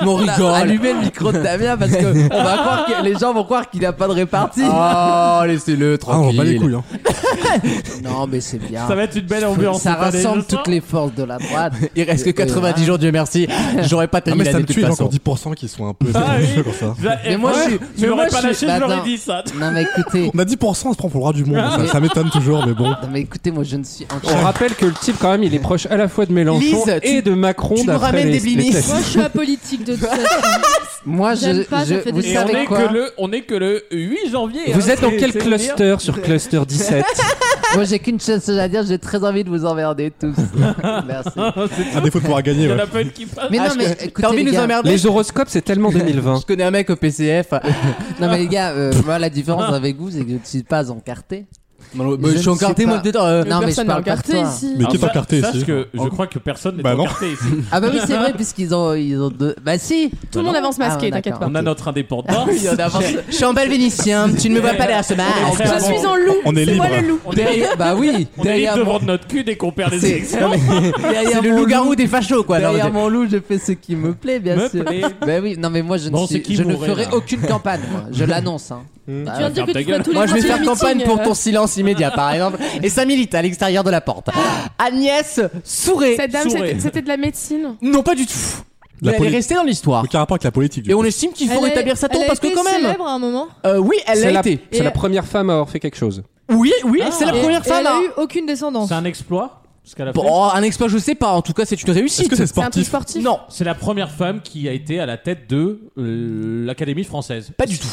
Speaker 2: Mon
Speaker 6: On a
Speaker 2: rigole.
Speaker 6: allumé le micro de Damien parce que on va croire que les gens vont croire qu'il n'a pas de répartie.
Speaker 2: Oh, laissez-le
Speaker 5: Ah, on va les couilles. Hein.
Speaker 6: Non, mais c'est bien.
Speaker 4: Ça va être une belle ambiance.
Speaker 6: Ça
Speaker 4: cette année,
Speaker 6: rassemble
Speaker 4: je sens.
Speaker 6: toutes les forces de la droite.
Speaker 2: Il reste que
Speaker 6: Et- euh,
Speaker 2: 90 jours, Dieu merci. J'aurais pas
Speaker 5: Ah,
Speaker 2: tenu
Speaker 5: mais ça
Speaker 2: l'année
Speaker 5: me
Speaker 2: de
Speaker 5: tue,
Speaker 2: toute
Speaker 5: il y a
Speaker 2: façon.
Speaker 5: encore 10% qui sont un peu
Speaker 4: Ah oui.
Speaker 5: comme ça.
Speaker 4: Mais
Speaker 6: moi, je suis-
Speaker 4: Tu
Speaker 6: mais
Speaker 4: l'aurais
Speaker 6: moi,
Speaker 4: pas
Speaker 6: je
Speaker 4: lâché,
Speaker 6: suis-
Speaker 4: je l'aurais
Speaker 6: Attends.
Speaker 4: dit ça.
Speaker 6: Non, mais écoutez.
Speaker 5: On a 10%, on se prend pour le roi du monde. ça, ça m'étonne toujours, mais bon.
Speaker 6: Non, mais écoutez, moi je ne suis en
Speaker 8: On rappelle que le type, quand même, il est proche à la fois de Mélenchon
Speaker 2: Lise, tu-
Speaker 8: et de Macron.
Speaker 2: tu nous
Speaker 8: d'après
Speaker 2: ramènes
Speaker 8: les-
Speaker 2: des blinis.
Speaker 8: les textes.
Speaker 3: Moi, je suis apolitique de toute façon.
Speaker 6: Moi, je,
Speaker 2: Euh,
Speaker 3: J'aime pas, ça
Speaker 6: je-
Speaker 3: fait
Speaker 6: vous
Speaker 3: des
Speaker 4: Et on
Speaker 6: savez
Speaker 4: est,
Speaker 6: quoi
Speaker 4: que le, on est que le 8 janvier.
Speaker 8: Vous
Speaker 4: hein,
Speaker 8: êtes dans
Speaker 4: c'est-
Speaker 8: quel
Speaker 4: c'est le dire.
Speaker 8: cluster sur cluster 17
Speaker 6: Moi, j'ai qu'une chose à dire. J'ai très envie de vous emmerder tous. Merci.
Speaker 5: À défaut de pouvoir gagner,
Speaker 4: Il y en
Speaker 5: ouais.
Speaker 4: a pas une qui passe.
Speaker 6: Mais
Speaker 2: Ah,
Speaker 6: non,
Speaker 2: je-
Speaker 6: mais
Speaker 2: T'as
Speaker 6: écoutez,
Speaker 2: envie
Speaker 6: les
Speaker 2: de nous
Speaker 6: gars,
Speaker 2: emmerder
Speaker 8: Les horoscopes, c'est tellement 2020.
Speaker 2: Je connais un mec au PCF.
Speaker 6: non mais les gars, euh, moi la différence avec vous, c'est que je ne suis pas encarté.
Speaker 2: Bon,
Speaker 6: Je
Speaker 2: Oh, je suis
Speaker 6: ne
Speaker 2: encarté,
Speaker 6: sais
Speaker 2: moi,
Speaker 6: pas.
Speaker 2: peut-être. euh,
Speaker 6: Non, mais
Speaker 7: Personne
Speaker 6: je parle
Speaker 7: n'a
Speaker 6: pas de
Speaker 7: encarté
Speaker 6: toi.
Speaker 7: ici.
Speaker 5: Mais qui est
Speaker 4: Sa-
Speaker 5: encarté
Speaker 4: Ah, sache
Speaker 5: ici
Speaker 4: que je crois que personne n'est
Speaker 5: Bah non.
Speaker 4: encarté ici.
Speaker 6: Ah bah oui, c'est vrai puisqu'ils ont, ils ont deux. Bah si.
Speaker 7: Tout le monde avance masqué,
Speaker 6: Ah,
Speaker 7: t'inquiète pas.
Speaker 6: d'accord.
Speaker 4: On a notre
Speaker 2: Ah
Speaker 4: indépendance.
Speaker 6: Il y en a avant-
Speaker 2: Je suis en bel vénitien, tu ne me vois pas derrière ce masque.
Speaker 4: Ah,
Speaker 7: Je
Speaker 4: bon.
Speaker 7: suis en loup.
Speaker 5: On est
Speaker 7: C'est moi
Speaker 5: libre.
Speaker 7: le loup.
Speaker 4: On est,
Speaker 6: Derrière, bah oui.
Speaker 4: on est
Speaker 6: derrière
Speaker 4: devant
Speaker 6: mon,
Speaker 4: de notre cul dès qu'on perd les
Speaker 6: C'est-
Speaker 4: élections.
Speaker 6: derrière
Speaker 2: C'est le
Speaker 6: mon
Speaker 2: loup-garou des fachos, quoi.
Speaker 6: Derrière
Speaker 2: Non,
Speaker 6: mon loup, je fais ce qui me plaît, bien
Speaker 4: Me
Speaker 6: sûr.
Speaker 4: plaît.
Speaker 6: Bah oui, non mais moi je ne,
Speaker 4: Bon,
Speaker 6: suis-
Speaker 4: c'est qui
Speaker 6: je ne
Speaker 4: bourré,
Speaker 6: ferai
Speaker 4: là
Speaker 6: aucune campagne, moi. Je l'annonce. Hein.
Speaker 7: Tu viens de dire
Speaker 4: Ah, ferme
Speaker 7: que
Speaker 4: ta gueule.
Speaker 7: tu ferais tous les
Speaker 2: Moi, je vais
Speaker 7: mois
Speaker 2: faire
Speaker 7: des
Speaker 2: campagne
Speaker 7: meetings,
Speaker 2: pour
Speaker 7: euh,
Speaker 2: ton silence immédiat, par exemple. Et 5 milite à l'extérieur de la porte. Agnès Souré.
Speaker 7: Cette dame,
Speaker 4: Souré.
Speaker 7: c'était- c'était de la médecine.
Speaker 2: Non, pas du tout.
Speaker 5: La
Speaker 2: Mais elle est
Speaker 5: politique.
Speaker 2: restée dans l'histoire.
Speaker 5: Donc, il y a un rapport avec la politique. du
Speaker 2: Et on
Speaker 5: coup.
Speaker 2: estime qu'il faut
Speaker 3: Elle a-
Speaker 2: rétablir sa tombe
Speaker 3: elle a
Speaker 2: parce que
Speaker 3: été
Speaker 2: quand même.
Speaker 3: célèbre à un moment.
Speaker 2: Euh, oui, elle
Speaker 8: C'est
Speaker 2: l'a
Speaker 8: la,
Speaker 2: été.
Speaker 8: c'est
Speaker 3: Et-
Speaker 8: la première femme à avoir fait quelque chose.
Speaker 2: Oui, oui, c'est la
Speaker 3: Et-
Speaker 2: première
Speaker 3: Ah. et
Speaker 2: femme
Speaker 3: Elle
Speaker 2: à.
Speaker 3: a eu aucune descendance.
Speaker 4: C'est un exploit ce qu'elle a
Speaker 2: Bon,
Speaker 4: fait.
Speaker 2: oh, un exploit, je sais pas. En tout cas, c'est une
Speaker 5: Est-ce
Speaker 2: réussite.
Speaker 5: que c'est
Speaker 7: C'est un truc
Speaker 5: sportif
Speaker 7: sportif.
Speaker 2: Non,
Speaker 4: C'est la première femme qui a été à la tête de euh, l'Académie française.
Speaker 2: pas du tout.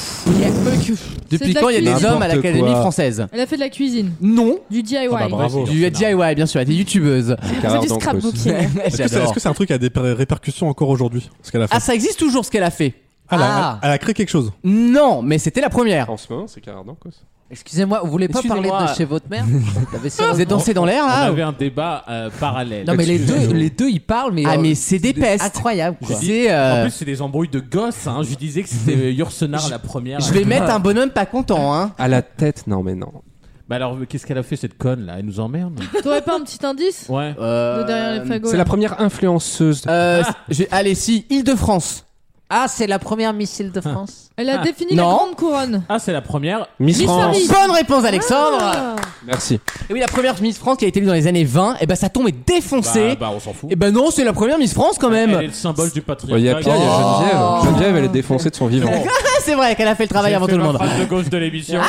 Speaker 2: Depuis
Speaker 3: de la
Speaker 2: quand il y a des
Speaker 3: cuisine.
Speaker 2: hommes à
Speaker 8: N'importe
Speaker 2: l'Académie
Speaker 8: quoi.
Speaker 2: française
Speaker 3: Elle a fait de la cuisine,
Speaker 2: Non.
Speaker 3: du DIY.
Speaker 5: Ah bah, bravo.
Speaker 4: Ouais,
Speaker 2: Du DIY, bien sûr, elle était youtubeuse.
Speaker 7: C'est
Speaker 8: Carrard
Speaker 7: du
Speaker 8: d'encre aussi.
Speaker 7: scrapbooking.
Speaker 5: Est-ce que c'est est-ce
Speaker 2: J'adore.
Speaker 5: que c'est un truc qui a des per- répercussions encore aujourd'hui Ce qu'elle a fait.
Speaker 2: Ah, ça existe toujours ce qu'elle a fait
Speaker 5: elle, a,
Speaker 2: ah.
Speaker 5: elle a créé quelque chose.
Speaker 2: Non, mais c'était la première.
Speaker 8: En ce moment, c'est Carrard d'encre aussi.
Speaker 6: Excusez-moi, vous voulez pas parler
Speaker 2: Excusez-moi.
Speaker 6: de chez votre mère
Speaker 2: Vous êtes dansé dans l'air
Speaker 4: On
Speaker 2: là
Speaker 4: avait un débat euh, parallèle.
Speaker 6: Non mais les deux, les deux ils parlent mais
Speaker 2: Ah,
Speaker 6: euh,
Speaker 2: mais c'est des pestes.
Speaker 6: incroyable quoi.
Speaker 2: C'est.
Speaker 4: En
Speaker 2: euh,
Speaker 4: plus, c'est des embrouilles de gosses. hein. Je lui disais que c'était Yursenar la première.
Speaker 2: Je vais mettre un bonhomme pas content, hein.
Speaker 6: Ah.
Speaker 8: À la tête, non mais non.
Speaker 4: Bah alors, qu'est-ce qu'elle a fait cette conne là Elle nous emmerde.
Speaker 3: T'aurais pas un petit indice
Speaker 4: Ouais.
Speaker 3: de derrière les fagots
Speaker 8: C'est la première influenceuse.
Speaker 2: Euh, je- allez, si, Île-de-France.
Speaker 6: Ah c'est la première missile de France.
Speaker 3: Elle a défini
Speaker 2: Non.
Speaker 3: la grande couronne.
Speaker 4: Ah, c'est la première.
Speaker 8: Miss
Speaker 7: Miss
Speaker 8: France.
Speaker 7: Paris.
Speaker 2: Bonne réponse, Alexandre.
Speaker 3: Ah.
Speaker 8: Merci.
Speaker 2: Et oui, la première Miss France qui a été élue dans les années 20, et bah sa tombe est défoncée.
Speaker 4: Bah, bah, on s'en fout.
Speaker 2: Et bah non, c'est la première Miss France quand même.
Speaker 4: Elle est le symbole du
Speaker 8: Il y a
Speaker 4: patriarcat.
Speaker 8: Pierre, il y
Speaker 2: Oh.
Speaker 8: a Geneviève.
Speaker 5: Oh.
Speaker 4: Oh.
Speaker 8: Geneviève, elle est défoncée de son vivant.
Speaker 2: Ah, c'est vrai qu'elle a fait le travail
Speaker 4: J'ai
Speaker 2: avant
Speaker 4: fait
Speaker 2: tout le
Speaker 4: ma
Speaker 2: monde.
Speaker 4: phrase de gauche de l'émission.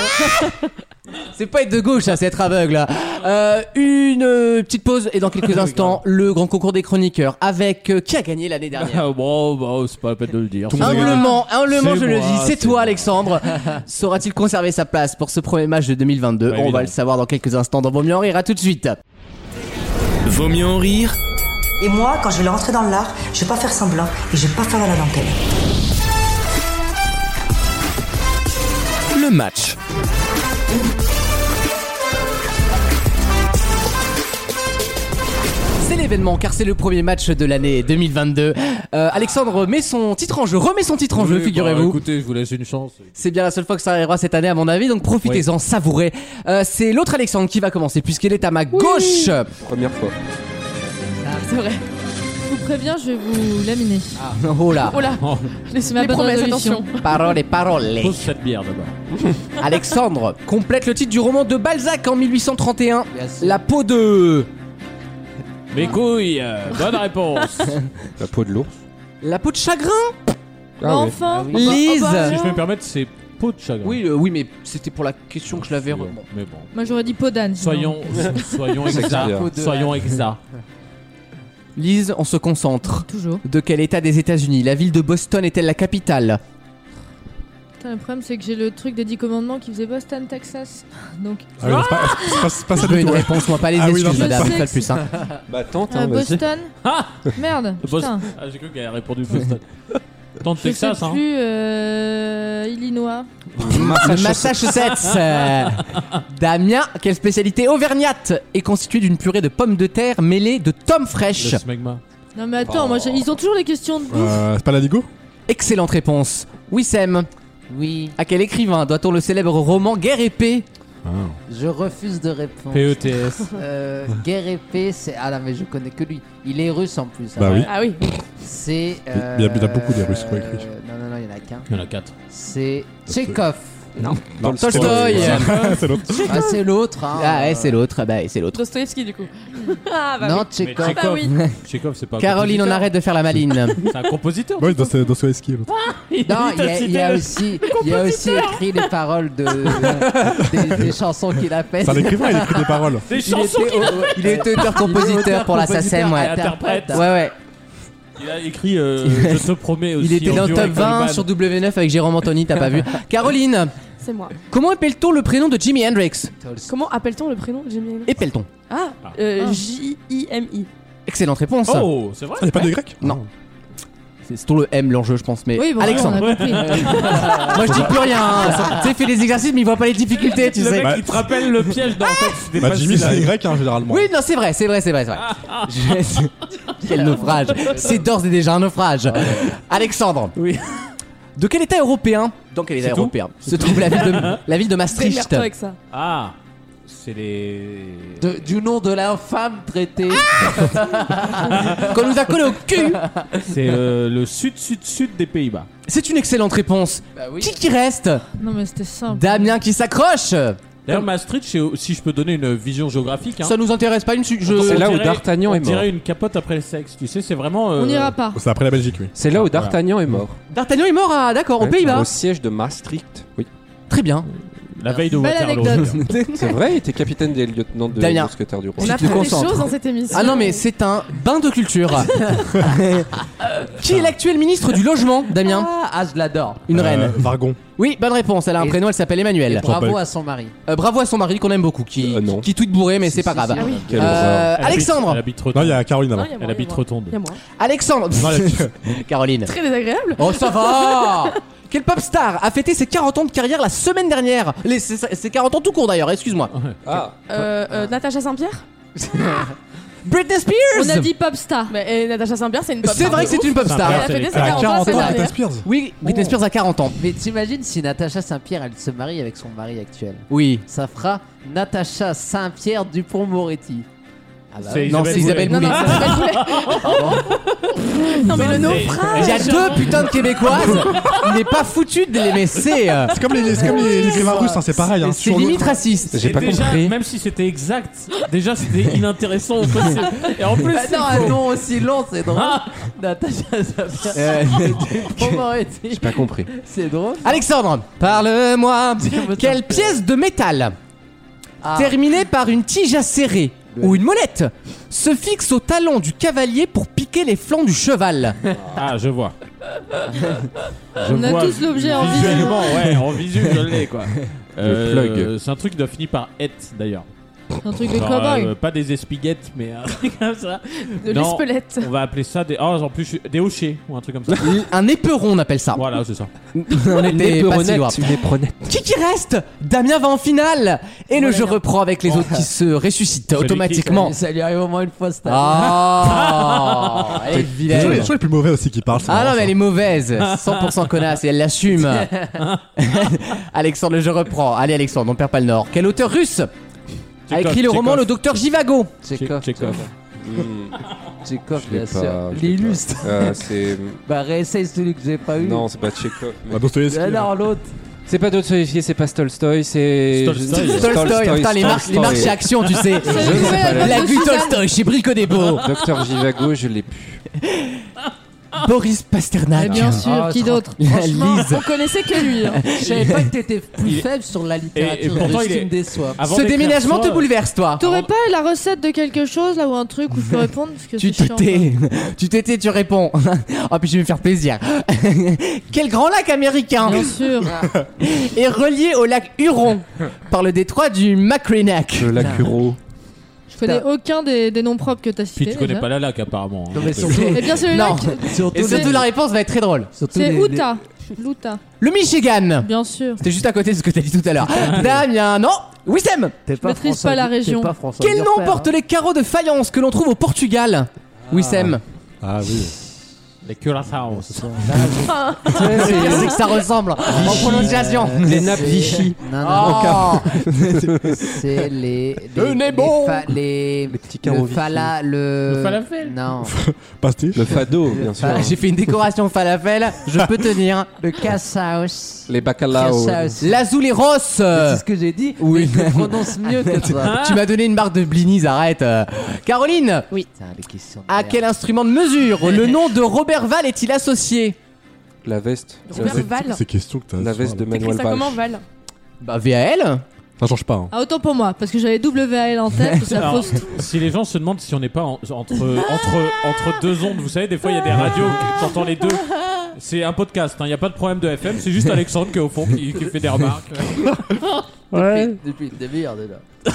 Speaker 2: C'est pas être de gauche, ça, c'est être aveugle. Euh, une euh, petite pause et dans
Speaker 4: Ah,
Speaker 2: quelques instants, le grand concours des chroniqueurs avec euh, qui a gagné l'année dernière.
Speaker 4: Ah, bon, bah, c'est pas la peine de le dire.
Speaker 5: Tout le monde a gagné.
Speaker 2: Humblement, humblement,
Speaker 4: C'est
Speaker 2: je le
Speaker 4: moi,
Speaker 2: dis, c'est
Speaker 4: c'est
Speaker 2: toi,
Speaker 4: moi.
Speaker 2: Alexandre. Saura-t-il conserver sa place pour ce premier match de 2022
Speaker 4: Bah,
Speaker 2: On va
Speaker 4: évidemment.
Speaker 2: le savoir dans quelques instants dans Vaut mieux en rire. À tout de suite.
Speaker 1: Vaut mieux en rire
Speaker 8: Euh,
Speaker 11: Et moi, quand je vais rentrer dans l'art, je vais pas faire semblant et je vais pas faire la dentelle.
Speaker 1: le match.
Speaker 2: C'est l'événement car c'est le premier match de l'année 2022. Euh, Alexandre met son titre en jeu, remet son titre en jeu,
Speaker 4: Oui, bah,
Speaker 2: figurez-vous.
Speaker 4: écoutez, je vous laisse une chance.
Speaker 2: C'est bien la seule fois que ça arrivera cette année, à mon avis, donc profitez-en, savourez. Euh, c'est l'autre Alexandre qui va commencer, puisqu'il est à ma gauche.
Speaker 8: Première fois.
Speaker 7: C'est vrai.
Speaker 3: Je vous préviens, je vais vous laminer.
Speaker 4: Ah.
Speaker 2: Oh là,
Speaker 7: Oh là,
Speaker 3: C'est ma
Speaker 7: les
Speaker 3: bonne
Speaker 7: promesses,
Speaker 3: résolution.
Speaker 7: attention.
Speaker 2: parole et parole.
Speaker 4: Pose cette bière d'abord.
Speaker 2: Alexandre complète le titre du roman de Balzac en 1831.
Speaker 6: Bien sûr.
Speaker 2: La peau de.
Speaker 4: Mes couilles, euh, bonne réponse. si
Speaker 8: La peau de l'ours.
Speaker 2: La peau de chagrin
Speaker 8: Ah
Speaker 3: Mais
Speaker 8: oui.
Speaker 3: enfin,
Speaker 2: oui. Lise.
Speaker 3: bah,
Speaker 2: Si
Speaker 4: je peux me
Speaker 3: alors.
Speaker 4: permettre, c'est peau de chagrin.
Speaker 2: Oui, euh, oui, mais c'était pour la question que je l'avais. re- bon.
Speaker 4: Mais bon.
Speaker 3: Moi j'aurais dit peau d'âne. sinon.
Speaker 4: Soyons, soyons
Speaker 8: Shakespeare.
Speaker 4: exacts.
Speaker 6: Peau de-
Speaker 4: Soyons exacts.
Speaker 2: Lise, on se concentre.
Speaker 3: Toujours.
Speaker 2: De quel état des États-Unis La ville de Boston est-elle la capitale
Speaker 3: Putain, le problème c'est que j'ai le truc des 10 commandements qui faisait Boston, Texas. Donc,
Speaker 5: Ah oui, non, c'est pas, c'est pas- c'est pas
Speaker 2: Je
Speaker 5: ça
Speaker 2: veux
Speaker 5: du
Speaker 2: une
Speaker 5: tout. ouais.
Speaker 2: réponse, moi pas les
Speaker 5: Ah oui,
Speaker 2: excuses,
Speaker 5: non,
Speaker 3: je
Speaker 2: madame.
Speaker 3: sais
Speaker 2: Faites pas le
Speaker 3: que
Speaker 2: plus. hein.
Speaker 8: Bah tente,
Speaker 3: euh,
Speaker 8: hein, vas-y.
Speaker 3: Boston.
Speaker 4: Ah
Speaker 3: Merde. Putain.
Speaker 4: Boston. Ah, j'ai cru qu'elle a répondu Boston. Tant de
Speaker 3: Je sais
Speaker 4: Texas, hein.
Speaker 3: plus. euh, Illinois.
Speaker 2: Le Massachusetts. euh, Damien, quelle spécialité auvergnate est constituée d'une purée de pommes de terre mêlée de tomes fraîches
Speaker 4: Le smegma.
Speaker 3: Non mais attends, moi j'ai- ils ont toujours les questions de bouffe.
Speaker 5: Euh, c'est pas la Ligo
Speaker 2: Excellente réponse. Wissem,
Speaker 6: Oui,
Speaker 2: à quel écrivain doit-on le célèbre roman Guerre et paix
Speaker 5: Ah.
Speaker 6: je refuse de répondre.
Speaker 4: E PETS.
Speaker 6: Euh, guerre et paix, c'est. Ah là, mais je connais que lui. Il est russe en plus. hein.
Speaker 5: Bah oui.
Speaker 7: Ah oui.
Speaker 6: C'est. euh,
Speaker 5: Il y a- il y a beaucoup des Russes qui ont écrit.
Speaker 6: Non, non, non, il y en a qu'un.
Speaker 4: Il y en a 4.
Speaker 6: C'est Tchekhov. Non,
Speaker 5: Non, c'est
Speaker 2: Tolstoy.
Speaker 5: pas- C'est l'autre.
Speaker 6: ah, c'est l'autre. hein.
Speaker 2: Ah ouais, c'est l'autre. Ah Bah, c'est l'autre.
Speaker 7: Dostoevsky, du coup. Ah bah
Speaker 6: Non,
Speaker 4: Mais
Speaker 6: Tchekhov.
Speaker 4: Tchekhov,
Speaker 7: oui.
Speaker 4: Tchekhov, c'est pas un
Speaker 2: Caroline, on arrête de faire la maline.
Speaker 4: compositeur, C'est un compositeur.
Speaker 5: Oui, dans- c'est Dostoevsky. l'autre.
Speaker 6: Non, il y a, il y a aussi, il y a aussi écrit les paroles de, des, des chansons qu'il appelle.
Speaker 5: C'est un écrivain, il écrit des paroles. Ah,
Speaker 4: Des
Speaker 6: Il
Speaker 4: chansons
Speaker 6: était-
Speaker 4: qu'il a,
Speaker 2: Il est auteur-compositeur pour l'assassin,
Speaker 6: compositeur,
Speaker 2: ouais.
Speaker 6: interprète.
Speaker 2: Ouais, ouais.
Speaker 4: il a écrit euh, Je te promets aussi.
Speaker 2: Il était
Speaker 4: en
Speaker 2: dans le
Speaker 4: duo
Speaker 2: top
Speaker 4: avec
Speaker 2: 20
Speaker 4: Goldman.
Speaker 2: sur W9 avec Jérôme Anthony, t'as pas vu. Caroline,
Speaker 7: C'est moi.
Speaker 2: comment appelle-t-on le prénom de Jimi Hendrix
Speaker 7: Comment appelle-t-on le prénom de Jimi Hendrix
Speaker 2: Épelle-t-on
Speaker 7: Ah,
Speaker 4: Ah.
Speaker 7: euh,
Speaker 3: Ah.
Speaker 7: J-I-M-I.
Speaker 2: Excellente réponse.
Speaker 4: Oh, c'est
Speaker 5: Il n'y
Speaker 4: vrai
Speaker 5: a pas des Grecs
Speaker 2: Non. C'est surtout le M l'enjeu, je pense. Mais
Speaker 3: Oui, bon,
Speaker 2: Alexandre,
Speaker 3: on a compris.
Speaker 2: moi je dis plus rien. hein. tu sais, il fait des exercices, mais il voit pas les difficultés, tu
Speaker 4: Le
Speaker 2: sais.
Speaker 4: mec, il te rappelle le piège dans le texte.
Speaker 5: Bah, Jimmy, c'est grec, hein, généralement.
Speaker 2: Oui, non, c'est vrai, c'est vrai, c'est vrai, c'est vrai. Je- Quel naufrage. C'est d'ores et déjà un naufrage. Alexandre.
Speaker 4: Oui.
Speaker 2: De quel état européen Dans quel état
Speaker 4: tout
Speaker 2: européen se trouve la ville de, la ville de Maastricht
Speaker 7: Démerde-toi avec ça.
Speaker 4: Ah, c'est les.
Speaker 6: De- du nom de l'infâme traité.
Speaker 2: Ah Qu'on nous a collé au cul
Speaker 4: C'est euh, le sud-sud-sud des Pays-Bas.
Speaker 2: C'est une excellente réponse.
Speaker 6: bah oui.
Speaker 2: Qui qui reste
Speaker 3: Non mais c'était simple.
Speaker 2: Damien qui s'accroche
Speaker 4: D'ailleurs, Maastricht, c'est- si je peux donner une vision géographique, hein,
Speaker 2: Ça nous intéresse pas une su- je-
Speaker 8: C'est
Speaker 4: on
Speaker 8: là où
Speaker 4: dirait-
Speaker 8: D'Artagnan
Speaker 4: on
Speaker 8: est mort.
Speaker 4: dirait une capote après le sexe, tu sais, c'est vraiment. euh,
Speaker 3: On n'ira pas.
Speaker 5: C'est après la Belgique, oui.
Speaker 8: C'est là où D'Artagnan est mort.
Speaker 2: D'Artagnan est mort à d'accord aux
Speaker 8: Ouais,
Speaker 2: Pays-Bas.
Speaker 8: Au siège de Maastricht. Oui.
Speaker 2: Très bien.
Speaker 4: La veille de
Speaker 3: Belle
Speaker 4: Waterloo.
Speaker 3: anecdote.
Speaker 8: C'est vrai, il était capitaine des lieutenants de
Speaker 2: Damien.
Speaker 8: mousquetaires du roi.
Speaker 7: On
Speaker 2: te
Speaker 7: apprend des
Speaker 2: concentres.
Speaker 7: choses dans cette émission.
Speaker 2: Ah non mais c'est un bain de culture. qui est l'actuel ministre du logement, Damien
Speaker 6: Ah, ah, je l'adore.
Speaker 2: Une
Speaker 5: Euh,
Speaker 2: reine.
Speaker 5: Vargon.
Speaker 2: Oui, bonne réponse. Elle a un
Speaker 6: Et-
Speaker 2: prénom, elle s'appelle Emmanuel.
Speaker 6: Bravo
Speaker 5: pas-
Speaker 6: à son mari.
Speaker 2: Euh, bravo à son mari qu'on aime beaucoup, qui,
Speaker 8: Euh, non.
Speaker 2: qui tweet bourré, mais c'est pas grave.
Speaker 6: Ah oui.
Speaker 8: Quelle
Speaker 2: Euh,
Speaker 8: horreur.
Speaker 4: Elle habite-
Speaker 2: Alexandre
Speaker 4: Elle habite Rotonde.
Speaker 5: Non, il y a Caroline
Speaker 7: Non,
Speaker 5: avant.
Speaker 7: il y a moi,
Speaker 4: Elle
Speaker 7: il y a
Speaker 4: habite
Speaker 7: moi. Il y
Speaker 4: Rotonde.
Speaker 7: a moi.
Speaker 2: Alexandre
Speaker 5: Non, il y a-
Speaker 2: Caroline.
Speaker 7: Très désagréable.
Speaker 2: Oh, ça va Quel pop star a fêté ses 40 ans de carrière la semaine dernière Les, ses, ses 40 ans tout court d'ailleurs, excuse-moi.
Speaker 8: Ah,
Speaker 7: Euh, euh, Natacha Saint-Pierre
Speaker 2: Britney Spears
Speaker 3: On a dit pop star.
Speaker 7: Mais euh, Natacha Saint-Pierre, c'est une pop
Speaker 2: C'est
Speaker 7: star
Speaker 2: vrai
Speaker 7: de
Speaker 2: que c'est
Speaker 7: ouf.
Speaker 2: une pop
Speaker 7: Elle
Speaker 2: star.
Speaker 7: a fait des
Speaker 5: Elle a
Speaker 7: 40 ans,
Speaker 5: 40
Speaker 7: c'est
Speaker 5: ans,
Speaker 7: la
Speaker 5: Britney
Speaker 7: dernière.
Speaker 5: Spears.
Speaker 2: Oui, oh. Britney Spears a 40 ans.
Speaker 6: Mais t'imagines si Natacha Saint-Pierre, elle se marie avec son mari actuel.
Speaker 2: Oui.
Speaker 6: Ça fera Natacha Saint-Pierre Dupont-Moretti. Ah bah
Speaker 4: C'est
Speaker 6: oui.
Speaker 2: Non, c'est Isabelle
Speaker 7: Non,
Speaker 2: Boulay.
Speaker 7: non, c'est pas Boulet. Non, mais le naufrage
Speaker 2: Il y a deux putains de québécoises. Il n'est pas foutu de les messer.
Speaker 5: C'est comme les, c'est comme les, les écrivains russes, hein, c'est pareil. Hein,
Speaker 2: C'est
Speaker 5: sur le-
Speaker 2: limite raciste.
Speaker 8: J'ai
Speaker 4: Et
Speaker 8: pas
Speaker 4: déjà,
Speaker 8: compris.
Speaker 4: Même si c'était exact, déjà c'était inintéressant. en fait, c'est- Et en plus,
Speaker 6: Bah
Speaker 4: c'est
Speaker 6: non,
Speaker 4: faux.
Speaker 6: un nom aussi long, c'est drôle. Euh, Natacha Saint-Pierre Dupont-Moretti.
Speaker 8: j'ai pas compris.
Speaker 6: C'est drôle.
Speaker 2: Alexandre, parle-moi. Quelle pièce de métal terminée par une tige acérée ou une molette se fixe au talon du cavalier pour piquer les flancs du cheval.
Speaker 4: Ah, je vois. Je
Speaker 3: On a
Speaker 4: vois
Speaker 3: tous l'objet en visu.
Speaker 4: visuellement, ouais, en visu, je l'ai quoi.
Speaker 8: Le plug.
Speaker 4: C'est un truc de fini par et d'ailleurs.
Speaker 3: Un truc de
Speaker 4: Genre,
Speaker 3: cowboy.
Speaker 4: euh, pas des espiguettes, mais un truc comme ça.
Speaker 7: De
Speaker 4: Non,
Speaker 7: l'espelette.
Speaker 4: On va appeler ça des. Oh, en plus, je suis- des hochets ou un truc comme ça.
Speaker 2: Un éperon, on appelle ça.
Speaker 4: voilà, c'est ça.
Speaker 2: On était pas si loin.
Speaker 8: éperonnette, une éperonnette.
Speaker 2: Qui qui reste Damien va en finale et le jeu reprend avec les autres qui se ressuscitent
Speaker 4: Celui qui-
Speaker 2: automatiquement.
Speaker 6: Ça lui arrive au moins une fois cette année.
Speaker 2: Ah, elle est vilaine.
Speaker 5: Je crois les plus mauvais aussi qui parlent. c'est
Speaker 2: Ah
Speaker 5: marrant,
Speaker 2: non mais
Speaker 5: ça.
Speaker 2: elle est mauvaise, 100% connasse et elle l'assume. Alexandre, je reprends. Allez Alexandre, on perd pas le nord. Quel auteur russe a écrit le
Speaker 4: Tchekhov,
Speaker 2: roman Le Docteur Jivago
Speaker 6: Tchekhov,
Speaker 4: Tchekhov.
Speaker 8: Hmm,
Speaker 6: Tchekhov,
Speaker 8: je l'ai
Speaker 6: bien
Speaker 8: pas.
Speaker 6: sûr.
Speaker 8: je l'ai pas.
Speaker 6: L'illustre.
Speaker 8: Euh, c'est.
Speaker 6: Bah, réessaye celui que j'ai pas eu.
Speaker 8: Non, c'est pas Tchekhov. mais-
Speaker 5: Bah, Dostoïevski,
Speaker 6: Ah non, l'autre.
Speaker 8: C'est pas Dostoevsky, c'est pas Tolstoy, c'est.
Speaker 4: Tolstoï.
Speaker 8: je-
Speaker 2: Tolstoy,
Speaker 8: Tolstoy,
Speaker 2: putain, les marques, les
Speaker 8: Tolstoy.
Speaker 2: marques chez Action, tu sais.
Speaker 8: Je sais pas la-
Speaker 2: La vue Tolstoy chez Brico des Beaux.
Speaker 8: Docteur Jivago, je l'ai plus.
Speaker 2: Boris Pasternak.
Speaker 3: Mais bien sûr,
Speaker 6: Ah,
Speaker 3: qui
Speaker 6: trop-
Speaker 3: d'autre
Speaker 7: Franchement,
Speaker 2: Lise.
Speaker 7: on connaissait que lui. hein.
Speaker 6: Je savais pas que t'étais plus
Speaker 4: Il est-
Speaker 6: faible sur la littérature.
Speaker 4: Et- et
Speaker 6: je
Speaker 4: pourtant, il
Speaker 6: ce qui
Speaker 4: est-
Speaker 6: me déçoit.
Speaker 4: Avant
Speaker 2: Ce
Speaker 4: d'écrire euh,
Speaker 2: déménagement
Speaker 4: ça,
Speaker 2: te bouleverse, toi.
Speaker 3: T'aurais pas la recette de quelque chose là ou un truc où je peux répondre parce que
Speaker 2: Tu
Speaker 3: c'est
Speaker 2: te
Speaker 3: chiant,
Speaker 2: tais, tu te tais, tu réponds. Ah puis je vais me faire plaisir. Quel grand lac américain
Speaker 3: quoi. Bien sûr.
Speaker 2: est relié au lac Huron par le détroit du Mackinac.
Speaker 8: Le Lacuro.
Speaker 3: Je connais aucun des, des noms propres que t'as
Speaker 4: Puis
Speaker 3: cités.
Speaker 4: tu connais
Speaker 3: déjà.
Speaker 4: pas la lac apparemment. hein.
Speaker 6: Non, mais
Speaker 4: Donc,
Speaker 6: surtout,
Speaker 3: Eh bien celui-là,
Speaker 2: Non.
Speaker 3: qui-
Speaker 6: surtout
Speaker 2: Et surtout
Speaker 6: les-
Speaker 2: la réponse va être très drôle.
Speaker 6: surtout
Speaker 3: c'est
Speaker 6: les-
Speaker 3: Outa. L'Outa,
Speaker 2: Le Michigan.
Speaker 3: bien sûr.
Speaker 2: C'était juste à côté de ce que t'as dit tout à
Speaker 8: Ah
Speaker 2: l'heure. Damien, non. Wissem.
Speaker 6: les- T'es pas
Speaker 3: maîtrise
Speaker 6: François
Speaker 3: pas la
Speaker 6: Gu- t'es
Speaker 3: région.
Speaker 6: pas François
Speaker 2: Quel nom
Speaker 6: Guilfert,
Speaker 2: portent
Speaker 6: hein.
Speaker 2: les carreaux de faïence que l'on trouve au Portugal Wissem.
Speaker 5: Ah oui.
Speaker 4: Les Curaçao, c'est ça.
Speaker 2: C'est que ça ressemble en prononciation.
Speaker 8: Les nappes Vichy.
Speaker 6: Non, non,
Speaker 2: Oh.
Speaker 6: c'est les.
Speaker 2: Le
Speaker 6: les-
Speaker 2: nez
Speaker 6: les
Speaker 2: bon.
Speaker 6: fa- Les.
Speaker 8: Les petits
Speaker 6: Le
Speaker 8: carreaux
Speaker 6: fala. Le.
Speaker 4: Le falafel.
Speaker 6: Non.
Speaker 5: Pastiche.
Speaker 8: Le fado, Oh, bien
Speaker 6: Ah,
Speaker 8: sûr.
Speaker 2: J'ai fait une décoration falafel, je peux tenir.
Speaker 6: Le cassaos.
Speaker 8: Les
Speaker 6: Ah
Speaker 8: bacalao.
Speaker 6: Cassaos.
Speaker 2: L'azuleros euh,
Speaker 6: C'est ce que j'ai dit.
Speaker 2: oui.
Speaker 6: mais Je le prononce mieux que toi.
Speaker 2: Tu m'as donné une marque de blinis, arrête. euh. Caroline,
Speaker 6: Putain, les questions. de
Speaker 2: à
Speaker 6: merde.
Speaker 2: Ah, quel instrument de mesure le nom de Robert Val est-il associé
Speaker 8: La veste. La
Speaker 7: Robert
Speaker 8: veste-
Speaker 7: Val.
Speaker 5: Ces questions que t'as.
Speaker 8: La
Speaker 5: sur
Speaker 8: veste de
Speaker 7: T'écris
Speaker 8: Manuel
Speaker 7: ça comment
Speaker 8: Valls.
Speaker 7: Val
Speaker 2: Bah VAL
Speaker 5: Ça change pas. hein.
Speaker 3: Ah autant pour moi parce que j'avais WAL en tête, ça
Speaker 4: Alors,
Speaker 3: fausse.
Speaker 4: si les gens se demandent si on n'est pas en- entre, entre, entre deux ondes, vous savez, des fois il y a des radios, qui- t'entends les deux. C'est un podcast, hein, il n'y a pas de problème de FM, c'est juste Alexandre qui est au fond qui, qui fait des remarques. euh,
Speaker 6: Depuis le début, déjà.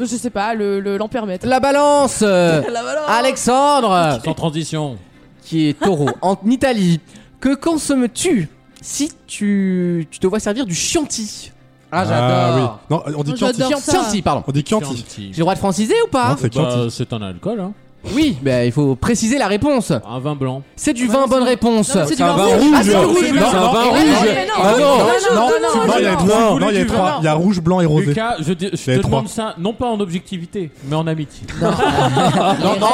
Speaker 7: Je sais pas, le- le- l'ampèremètre.
Speaker 2: La balance euh,
Speaker 5: Ah,
Speaker 2: Alexandre,
Speaker 4: Sans transition.
Speaker 2: qui est taureau, en Italie. Que consommes-tu si tu, tu te vois servir du chianti
Speaker 6: Ah,
Speaker 5: Ah oui. Non, on dit
Speaker 3: Moi,
Speaker 5: Chianti.
Speaker 3: j'adore.
Speaker 2: Chian-
Speaker 3: ça.
Speaker 2: Chianti, pardon.
Speaker 5: On dit Chianti.
Speaker 4: Chianti.
Speaker 2: J'ai le droit de franciser ou pas
Speaker 5: Non, c'est
Speaker 4: Bah,
Speaker 5: Chianti.
Speaker 4: c'est un alcool, hein.
Speaker 2: Oui, bah, il faut préciser la réponse.
Speaker 4: un vin blanc.
Speaker 2: C'est du vin, bonne réponse.
Speaker 7: Non, mais c'est du vin
Speaker 8: vin
Speaker 7: rouge.
Speaker 8: rouge.
Speaker 2: Ah, c'est
Speaker 5: Non,
Speaker 2: oui,
Speaker 5: c'est
Speaker 2: mais
Speaker 5: un
Speaker 2: non,
Speaker 5: vin
Speaker 2: mais
Speaker 5: rouge.
Speaker 2: oui,
Speaker 7: mais non,
Speaker 2: Ah
Speaker 7: mais
Speaker 2: non, non,
Speaker 7: non, non,
Speaker 2: tu
Speaker 5: Non, il y a
Speaker 2: vois,
Speaker 5: trois. Non, il y
Speaker 4: voulez
Speaker 5: a
Speaker 4: du
Speaker 5: trois.
Speaker 4: vin.
Speaker 5: Il y a rouge, blanc et rosé.
Speaker 4: Lucas, je, te- je
Speaker 5: Les
Speaker 4: te demande
Speaker 5: trois.
Speaker 4: ça, non pas en objectivité, mais en amitié.
Speaker 2: non, non,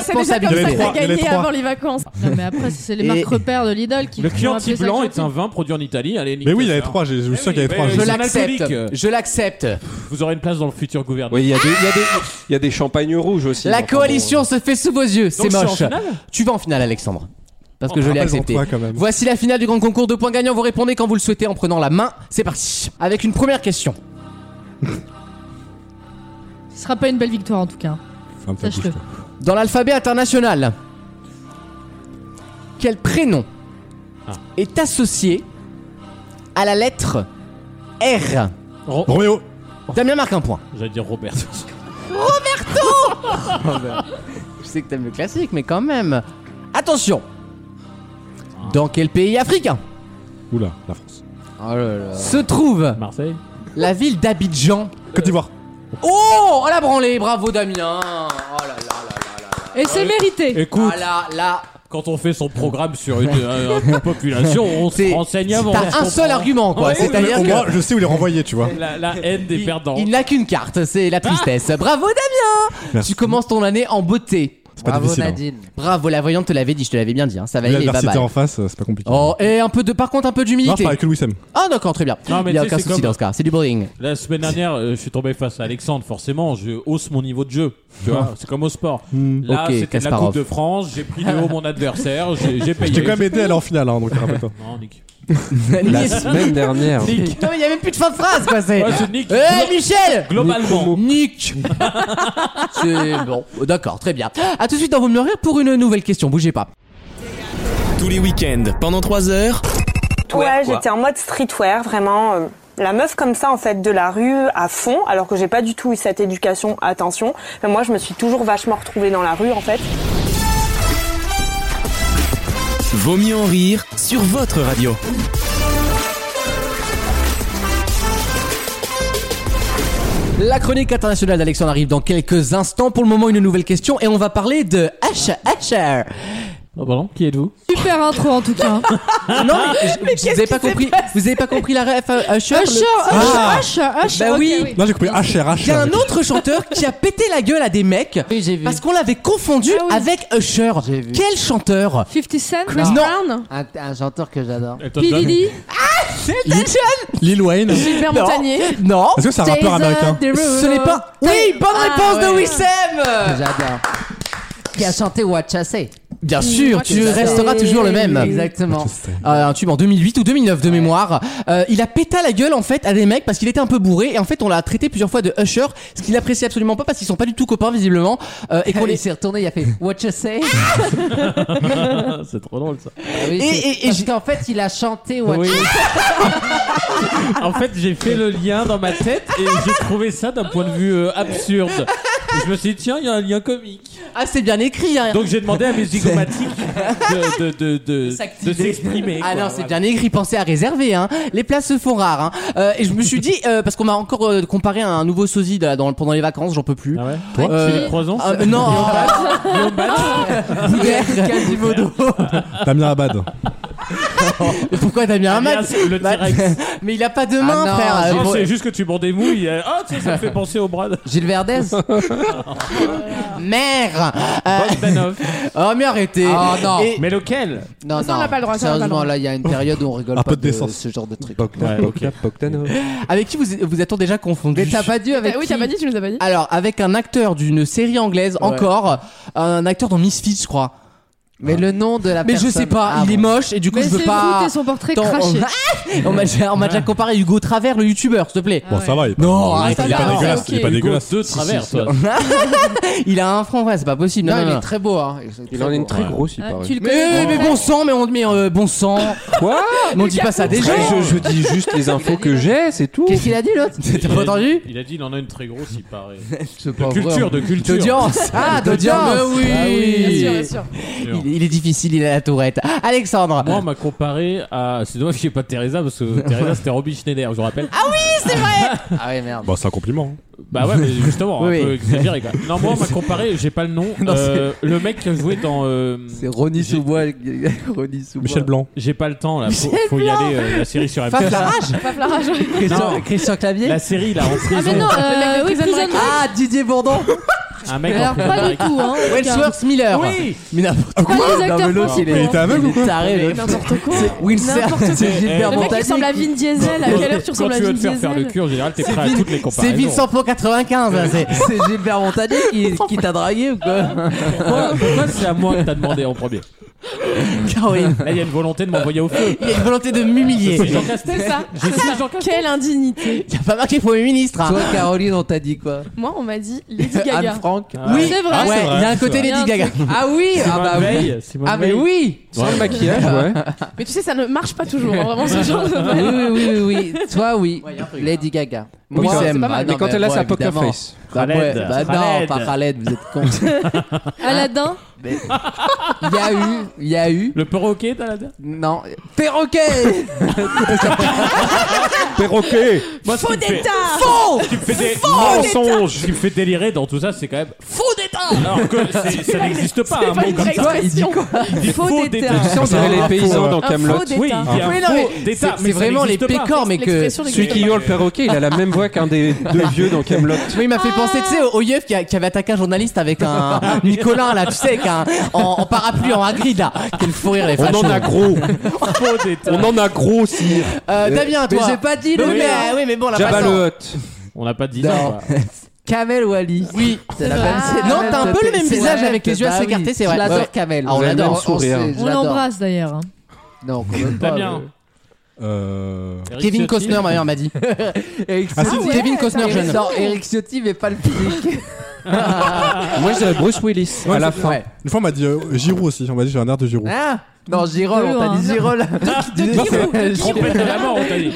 Speaker 7: C'est déjà comme
Speaker 5: Il y
Speaker 7: ça
Speaker 5: avait
Speaker 7: que
Speaker 5: trois,
Speaker 7: t'as
Speaker 5: il y avait
Speaker 7: gagné
Speaker 5: trois.
Speaker 7: avant les vacances.
Speaker 3: Non mais après c'est les
Speaker 2: Et-
Speaker 3: marques repères de Lidl qui
Speaker 4: Le
Speaker 3: font
Speaker 4: Chianti
Speaker 3: appeler ça
Speaker 4: blanc est
Speaker 3: Chianti.
Speaker 4: un vin produit en Italie. Allez,
Speaker 5: Mais oui, il y
Speaker 4: niquez
Speaker 5: avait
Speaker 4: ça.
Speaker 5: trois. j'ai- Je me souviens qu'il y
Speaker 4: oui,
Speaker 5: avait trois.
Speaker 4: mais
Speaker 5: j'ai-
Speaker 2: Je
Speaker 4: Ils sont
Speaker 2: l'accepte.
Speaker 4: alcooliques.
Speaker 2: Je l'accepte.
Speaker 4: Vous aurez une place dans le futur gouvernement.
Speaker 8: Oui, il y, a des- il y a des- il y a des champagnes rouges aussi.
Speaker 2: La
Speaker 8: enfin, bon,
Speaker 2: coalition se fait sous vos yeux. C'est
Speaker 4: Donc, en
Speaker 2: moche.
Speaker 4: finale
Speaker 2: Tu vas en finale, Alexandre. Parce que je l'ai
Speaker 5: Rappelle-en
Speaker 2: accepté.
Speaker 5: toi, quand même.
Speaker 2: Voici la finale du grand concours de points gagnants. Vous répondez quand vous le souhaitez en prenant la main. C'est parti. Avec une première question.
Speaker 3: Ce sera pas une belle victoire en tout cas.
Speaker 5: Ferme ta
Speaker 3: Sache-le.
Speaker 5: bouche, toi.
Speaker 2: Dans l'alphabet international, quel prénom
Speaker 4: Ah.
Speaker 2: est associé à la lettre R
Speaker 4: Ro-
Speaker 5: Roméo.
Speaker 2: Damien marque un point.
Speaker 4: J'allais dire Robert.
Speaker 2: Je sais que t'aimes le classique, mais quand même. Attention Dans quel pays africain
Speaker 5: Oula, la France.
Speaker 6: Oh
Speaker 2: se trouve
Speaker 4: Marseille.
Speaker 2: la ville d'Abidjan
Speaker 5: Côte d'Ivoire.
Speaker 2: Oh, on l'a branlé, bravo Damien. Oh là là là là là.
Speaker 3: Et c'est mérité.
Speaker 4: Écoute,
Speaker 2: Ah là là.
Speaker 4: quand on fait son programme sur une, euh, une population, on
Speaker 2: C'est-
Speaker 4: se renseigne avant. on se
Speaker 2: T'as un
Speaker 4: comprend.
Speaker 2: seul argument quoi,
Speaker 4: Ouais,
Speaker 2: c'est-à-dire
Speaker 5: Au moins,
Speaker 2: que
Speaker 5: je sais où les renvoyer, tu vois.
Speaker 4: La, la haine des perdants.
Speaker 2: il n'a qu'une carte, c'est la tristesse. Bravo Damien.
Speaker 5: Ah. Merci.
Speaker 2: Tu commences ton année en beauté.
Speaker 5: C'est pas
Speaker 6: Bravo
Speaker 5: difficile. hein.
Speaker 6: Nadine.
Speaker 2: Bravo, la voyante te l'avait dit, je te l'avais bien dit, hein. ça va
Speaker 5: Vu
Speaker 2: aller les
Speaker 5: L'adversité
Speaker 2: babales.
Speaker 5: en face, euh, c'est pas compliqué.
Speaker 2: Oh, et un peu de, par contre, un peu
Speaker 5: non, je
Speaker 2: d'humilité.
Speaker 5: parlais que Louis Sam.
Speaker 2: Ah, d'accord, très bien.
Speaker 4: Non, mais
Speaker 2: Il n'y a
Speaker 4: tu sais,
Speaker 2: aucun
Speaker 4: c'est
Speaker 2: souci
Speaker 4: comme-
Speaker 2: dans ce cas, c'est du bullying.
Speaker 4: La semaine dernière, euh, je suis tombé face à Alexandre. Forcément, je hausse mon niveau de jeu. Tu vois, c'est comme au sport. Là,
Speaker 2: Hmm. Ok,
Speaker 4: c'était la
Speaker 2: Kasparov.
Speaker 4: Coupe de France. J'ai pris de haut mon adversaire. J'ai j'ai
Speaker 5: Je
Speaker 4: payé.
Speaker 5: t'ai quand même aidé à aller en finale, hein, donc rappelle-toi.
Speaker 4: Non, Nick.
Speaker 8: La semaine dernière.
Speaker 4: Nick.
Speaker 2: Non, mais il n'y avait plus de fin de phrase, quoi. C'est.
Speaker 4: Ouais, c'est Nick.
Speaker 2: Eh, Michel
Speaker 4: Globalement.
Speaker 2: Nick C'est bon, Oh, d'accord, très bien. À tout de suite dans Vos mieux rire pour une nouvelle question, bougez pas.
Speaker 1: Tous les week-ends, pendant 3 heures.
Speaker 12: Ouais, j'étais en mode streetwear, vraiment. euh, La meuf comme ça, en fait, de la rue à fond, alors que j'ai pas du tout eu cette éducation, attention. Mais moi, je me suis toujours vachement retrouvée dans la rue, en fait.
Speaker 1: Vaut mieux en rire sur votre radio.
Speaker 2: La chronique internationale d'Alexandre arrive dans quelques instants. Pour le moment, une nouvelle question et on va parler de HR.
Speaker 4: Oh, pardon, qui êtes-vous
Speaker 3: Super intro en tout cas.
Speaker 2: non, mais, je- vous avez pas compris. Vous avez pas compris la ref euh, Usher. le-
Speaker 3: Usher,
Speaker 2: Ah.
Speaker 3: Usher, Usher,
Speaker 2: Bah
Speaker 3: ok,
Speaker 2: oui.
Speaker 5: Non, j'ai compris HR,
Speaker 2: Il y a un
Speaker 5: HR.
Speaker 2: autre chanteur qui a pété la gueule à des mecs parce qu'on l'avait confondu
Speaker 3: Ah oui.
Speaker 2: avec Usher.
Speaker 6: vu.
Speaker 2: Quel chanteur
Speaker 3: 50 Cent, Chris
Speaker 2: Non.
Speaker 3: Brown,
Speaker 6: Un, un chanteur que j'adore.
Speaker 3: P. Diddy,
Speaker 5: Lil Wayne. Est-ce
Speaker 7: Gilbert
Speaker 2: Non.
Speaker 7: Montagnier.
Speaker 2: Non,
Speaker 5: que c'est un rappeur américain
Speaker 2: ce n'est pas. Oui, bonne
Speaker 7: Ah,
Speaker 2: réponse de
Speaker 7: ouais.
Speaker 6: Que
Speaker 2: Wissem.
Speaker 6: j'adore. Qui a chanté Wachasé.
Speaker 2: Bien sûr,
Speaker 7: Moi,
Speaker 2: tu
Speaker 7: je sais.
Speaker 2: resteras toujours le même.
Speaker 6: Exactement.
Speaker 2: Euh, un tube en 2008 ou 2009 de mémoire. Euh, il a pété la gueule en fait à des mecs parce qu'il était un peu bourré et en fait on l'a traité plusieurs fois de Usher, ce qu'il n'appréciait absolument pas parce qu'ils sont pas du tout copains visiblement. Euh, et qu'on
Speaker 6: Quand il
Speaker 2: les... Ah
Speaker 6: s'est retourné, il a fait Wachasé.
Speaker 4: Ah, C'est trop drôle ça.
Speaker 6: oui,
Speaker 2: Et-
Speaker 6: c'est-
Speaker 2: et- et
Speaker 6: parce
Speaker 2: j'ai-
Speaker 6: qu'en fait, il a chanté Wachasé.
Speaker 4: Oui. en fait, j'ai fait le lien dans ma tête et j'ai trouvé ça d'un point de vue euh, absurde. Et Je me suis dit, tiens, il y a un lien comique.
Speaker 2: Ah c'est bien écrit. Hein.
Speaker 4: Donc j'ai demandé à mes zygomatiques de, de, de, de, de s'exprimer.
Speaker 2: Ah
Speaker 4: quoi.
Speaker 2: non, c'est
Speaker 4: Voilà.
Speaker 2: bien écrit, pensez à réserver. Hein. Les places se font rares. Hein. Euh, et je me suis dit, euh, parce qu'on m'a encore euh, comparé à un nouveau sosie de- dans- pendant les vacances, j'en peux plus.
Speaker 4: Ah ouais
Speaker 2: Toi
Speaker 4: Euh,
Speaker 2: Qui
Speaker 4: trois ans
Speaker 2: Euh, non, Ah,
Speaker 4: Guillaume Batch
Speaker 2: Bougère.
Speaker 5: Damien Abad.
Speaker 2: Mais Pourquoi t'as mis
Speaker 3: Ah,
Speaker 2: un
Speaker 4: Damien,
Speaker 2: match
Speaker 4: c'est le T-Rex.
Speaker 2: Mais il a pas de main,
Speaker 6: Ah non,
Speaker 2: frère.
Speaker 4: Non,
Speaker 2: Bon,
Speaker 4: c'est juste que tu bandes des mouilles. et, euh, Ah, tu sais, ça me fait penser au bras de
Speaker 6: Gilles Verdez
Speaker 2: Merde Euh,
Speaker 4: Bogdanov.
Speaker 2: Oh mais arrêtez
Speaker 6: Oh non.
Speaker 2: Et-
Speaker 4: Mais lequel
Speaker 6: Non,
Speaker 7: Ça, on
Speaker 6: non.
Speaker 7: n'a pas le droit, ça, on n'a pas le
Speaker 6: Sérieusement,
Speaker 7: droit.
Speaker 6: là, il y a une période où on rigole
Speaker 5: Un
Speaker 6: pas
Speaker 5: peu de décence.
Speaker 6: ce genre de truc.
Speaker 4: Ouais, ok.
Speaker 2: Avec qui vous vous êtes déjà confondu
Speaker 6: Mais t'as pas dû avec
Speaker 7: Ah oui,
Speaker 6: qui
Speaker 7: t'as pas dit, tu nous as pas dit.
Speaker 2: Alors avec un acteur d'une série anglaise encore, un acteur dans Misfits je crois.
Speaker 6: Mais le nom de la
Speaker 2: Mais
Speaker 6: personne.
Speaker 2: je sais pas,
Speaker 6: Ah,
Speaker 2: il est
Speaker 6: bon.
Speaker 2: moche et du coup
Speaker 3: mais
Speaker 2: je
Speaker 3: c'est
Speaker 2: veux pas.
Speaker 3: vous et son portrait
Speaker 2: Attends,
Speaker 3: craché. Ah,
Speaker 2: on- on m'a déjà, on m'a
Speaker 6: Ah.
Speaker 2: déjà comparé à Hugo Travers le youtubeur s'il te plaît.
Speaker 5: Bon, ça va. Il est pas-
Speaker 2: Non,
Speaker 5: il est
Speaker 2: arrête,
Speaker 5: pas- il est
Speaker 2: là,
Speaker 5: pas
Speaker 2: non,
Speaker 5: dégueulasse.
Speaker 3: ok.
Speaker 5: Il est pas
Speaker 4: Hugo
Speaker 5: dégueulasse.
Speaker 4: de travers, toi.
Speaker 3: Ah.
Speaker 2: Il a un franc ouais, c'est pas possible.
Speaker 6: Non,
Speaker 2: Non, non,
Speaker 6: il
Speaker 2: non.
Speaker 6: est très beau. Hein.
Speaker 8: Il en est une très grosse, il
Speaker 3: Ah,
Speaker 8: paraît.
Speaker 3: tu le
Speaker 2: Mais,
Speaker 3: connais
Speaker 2: mais bon sang, mais on mais euh, bon sang.
Speaker 8: Quoi
Speaker 2: Mais on dit pas ça à des gens.
Speaker 8: Ouais, je, je dis juste les infos que j'ai, c'est tout.
Speaker 6: Qu'est-ce qu'il a dit l'autre
Speaker 2: T'as pas entendu Oh,
Speaker 4: Il a dit, il en a une très grosse, il paraît.
Speaker 6: C'est
Speaker 4: De culture, de culture.
Speaker 2: D'audience.
Speaker 6: Ah, d'audience.
Speaker 2: D'audience. Ah oui.
Speaker 7: Bien sûr, bien sûr.
Speaker 2: Il, il est difficile, il a la tourette. Alexandre.
Speaker 4: Moi, on m'a comparé à. C'est dommage qu'il n'y ait pas Teresa, parce que Teresa, c'était Robbie Schneider, je vous rappelle.
Speaker 6: Ah ouais, merde.
Speaker 5: Bon, c'est un compliment. hein.
Speaker 4: Bah ouais, mais justement,
Speaker 2: Oui,
Speaker 4: un
Speaker 2: oui.
Speaker 4: peu exagéré quoi. Non, moi, on m'a comparé, j'ai pas le nom. euh, le mec qui a joué dans. euh,
Speaker 6: C'est Ronnie
Speaker 4: J'ai-
Speaker 6: Sous-Bois. Ronnie Sous-Bois.
Speaker 5: Michel Blanc.
Speaker 4: J'ai pas le temps là, faut, faut y aller, euh, la série sur
Speaker 2: Faf
Speaker 4: M6.
Speaker 2: la rage.
Speaker 7: Pas Flara, j'aurais-
Speaker 2: Christian,
Speaker 4: Non.
Speaker 2: Christian Clavier.
Speaker 4: La série là, en
Speaker 3: Ah mais
Speaker 4: prison.
Speaker 3: non,
Speaker 7: Le mec
Speaker 3: euh,
Speaker 7: de
Speaker 3: oui,
Speaker 7: Prison
Speaker 3: Prison
Speaker 7: Break.
Speaker 3: Break.
Speaker 2: Ah, Didier Bourdon.
Speaker 4: un mec en
Speaker 3: Alors
Speaker 4: prison. Bah,
Speaker 3: pas du tout, hein. en tout cas.
Speaker 2: Wellsworth Miller.
Speaker 4: Oui
Speaker 2: Mais n'importe
Speaker 7: Ah,
Speaker 2: quoi.
Speaker 3: Pas les acteurs français,
Speaker 5: Mais il était aveugle ou
Speaker 2: Il est
Speaker 5: quoi
Speaker 2: taré, l'autre.
Speaker 7: N'importe quoi.
Speaker 2: Wilson, c'est Gilbert
Speaker 7: Le mec qui
Speaker 2: Montagnier.
Speaker 7: ressemble à Vin Diesel. À quelle heure tu
Speaker 4: Quand
Speaker 7: ressembles à
Speaker 4: tu veux
Speaker 7: Vin
Speaker 4: te faire faire le
Speaker 7: Diesel
Speaker 4: cul, en général, t'es prêt à toutes les
Speaker 2: C'est
Speaker 4: comparaisons.
Speaker 2: Vincent Pro 95. hein, c'est-
Speaker 6: C'est Gilbert Montagnier qui, qui t'a dragué ou quoi
Speaker 4: Pourquoi, pourquoi c'est à moi que t'as demandé en premier
Speaker 2: Ah oui.
Speaker 4: Là, il y a une volonté de m'envoyer au feu.
Speaker 2: Il y a une volonté de
Speaker 4: C'est
Speaker 2: m'humilier.
Speaker 4: Jean Castex.
Speaker 7: C'est ça. Quelle indignité.
Speaker 2: Il a pas marqué Premier ministre. hein.
Speaker 6: Toi, Caroline, on t'a dit quoi
Speaker 7: Moi, on m'a dit Lady
Speaker 6: Anne
Speaker 7: Gaga.
Speaker 6: Franck.
Speaker 2: Oui,
Speaker 7: C'est vrai.
Speaker 2: Ah ouais,
Speaker 5: vrai,
Speaker 2: il y a un
Speaker 5: c'est
Speaker 2: côté
Speaker 7: vrai.
Speaker 2: Lady
Speaker 7: Il y a
Speaker 2: Gaga.
Speaker 7: un
Speaker 6: Ah oui Ah bah oui Ah mais oui
Speaker 8: Sans le maquillage, ouais.
Speaker 7: Mais tu sais, ça ne marche pas toujours. hein, Vraiment, ce genre de.
Speaker 6: oui, oui, oui, oui, oui. Toi, oui. Lady Gaga.
Speaker 2: hein. Oui,
Speaker 6: Moi,
Speaker 2: c'est
Speaker 6: c'est pas
Speaker 2: pas mal.
Speaker 6: mal.
Speaker 8: Mais
Speaker 2: non,
Speaker 8: quand
Speaker 2: mais
Speaker 8: elle a
Speaker 2: ouais,
Speaker 8: sa poker
Speaker 2: évidemment.
Speaker 8: face.
Speaker 6: Bah, ouais,
Speaker 4: Khaled.
Speaker 6: bah non,
Speaker 4: Khaled.
Speaker 6: pas Khaled, vous êtes con.
Speaker 3: Aladdin,
Speaker 6: Il y a eu, il y a eu.
Speaker 4: Le perroquet, t'as la
Speaker 6: Non. Perroquet
Speaker 8: Perroquet
Speaker 4: Moi, ce qui me fait-
Speaker 2: Faux
Speaker 4: Ce qui me fait des mensonges Ce qui me fait délirer dans tout ça, c'est quand même faux d'état Alors que c'est- ça n'existe pas, un mot comme ça.
Speaker 6: Il dit quoi
Speaker 4: Il dit faux d'état. Ah,
Speaker 8: On dirait les paysans dans
Speaker 7: Un
Speaker 8: Camelot.
Speaker 7: faux d'état.
Speaker 4: Oui, il y a
Speaker 2: Oui,
Speaker 4: un
Speaker 2: non, mais
Speaker 4: faux d'état,
Speaker 2: C'est
Speaker 4: mais
Speaker 2: c'est
Speaker 4: ça
Speaker 2: vraiment les
Speaker 4: n'existe pas.
Speaker 2: pécores, mais que.
Speaker 7: L'expression
Speaker 8: Celui
Speaker 7: n'existe
Speaker 8: qui hurle perroquet, il a la même voix qu'un des deux vieux dans Camelot.
Speaker 2: Oui, il m'a fait penser, tu sais, au au yeuf qui, a- qui avait attaqué un journaliste avec un Nicolas, là, tu sais, avec un, en, en parapluie, en Hagrid, là. Quel fou rire, les
Speaker 8: On
Speaker 2: fachos.
Speaker 8: en a gros
Speaker 4: Faux d'état.
Speaker 8: On en a gros, sire
Speaker 2: Euh, Damien,
Speaker 6: Mais
Speaker 2: toi.
Speaker 6: j'ai pas dit
Speaker 2: Oui,
Speaker 6: le
Speaker 2: mais,
Speaker 6: mec.
Speaker 2: oui, mais bon, la
Speaker 8: Jabba
Speaker 2: façon-
Speaker 8: le Hutt.
Speaker 4: On n'a pas dit ça.
Speaker 6: Non.
Speaker 4: quoi.
Speaker 6: Kamel Wally. Oui. C'est la
Speaker 7: C'est
Speaker 6: même.
Speaker 7: vrai.
Speaker 6: c'est la
Speaker 2: Non,
Speaker 6: même
Speaker 2: t'as un peu
Speaker 6: tête.
Speaker 2: le même
Speaker 6: C'est la
Speaker 2: visage
Speaker 6: même
Speaker 2: avec les
Speaker 6: tête.
Speaker 2: yeux
Speaker 6: Ah
Speaker 2: assez
Speaker 6: oui,
Speaker 2: écartés, c'est vrai.
Speaker 6: Je
Speaker 2: Ouais.
Speaker 6: l'adore Kamel.
Speaker 2: Ah, on
Speaker 6: Vous avez
Speaker 2: l'adore.
Speaker 6: le même
Speaker 2: On
Speaker 6: sourire.
Speaker 2: sait,
Speaker 6: Je
Speaker 3: on hein.
Speaker 6: l'adore.
Speaker 3: l'embrasse d'ailleurs.
Speaker 6: Non, quand même pas.
Speaker 4: Damien.
Speaker 6: mais-
Speaker 5: Euh,
Speaker 2: Kevin Costner, ma mère m'a dit.
Speaker 6: Eric
Speaker 5: Ah, si,
Speaker 6: Ciotti-
Speaker 5: si.
Speaker 2: Kevin Costner jeune.
Speaker 6: Non, Eric Ciotti, mais pas le physique.
Speaker 8: Moi, je dirais Bruce Willis
Speaker 5: Ouais,
Speaker 8: à la
Speaker 5: c'est-
Speaker 8: fin.
Speaker 5: ouais. Une fois, on m'a dit euh, Giroud aussi. On m'a dit j'ai un air de Giroud.
Speaker 6: Ah non, Girol, on t'a
Speaker 3: Loin.
Speaker 6: dit Girol.
Speaker 4: Trompette de la mort, on t'a dit.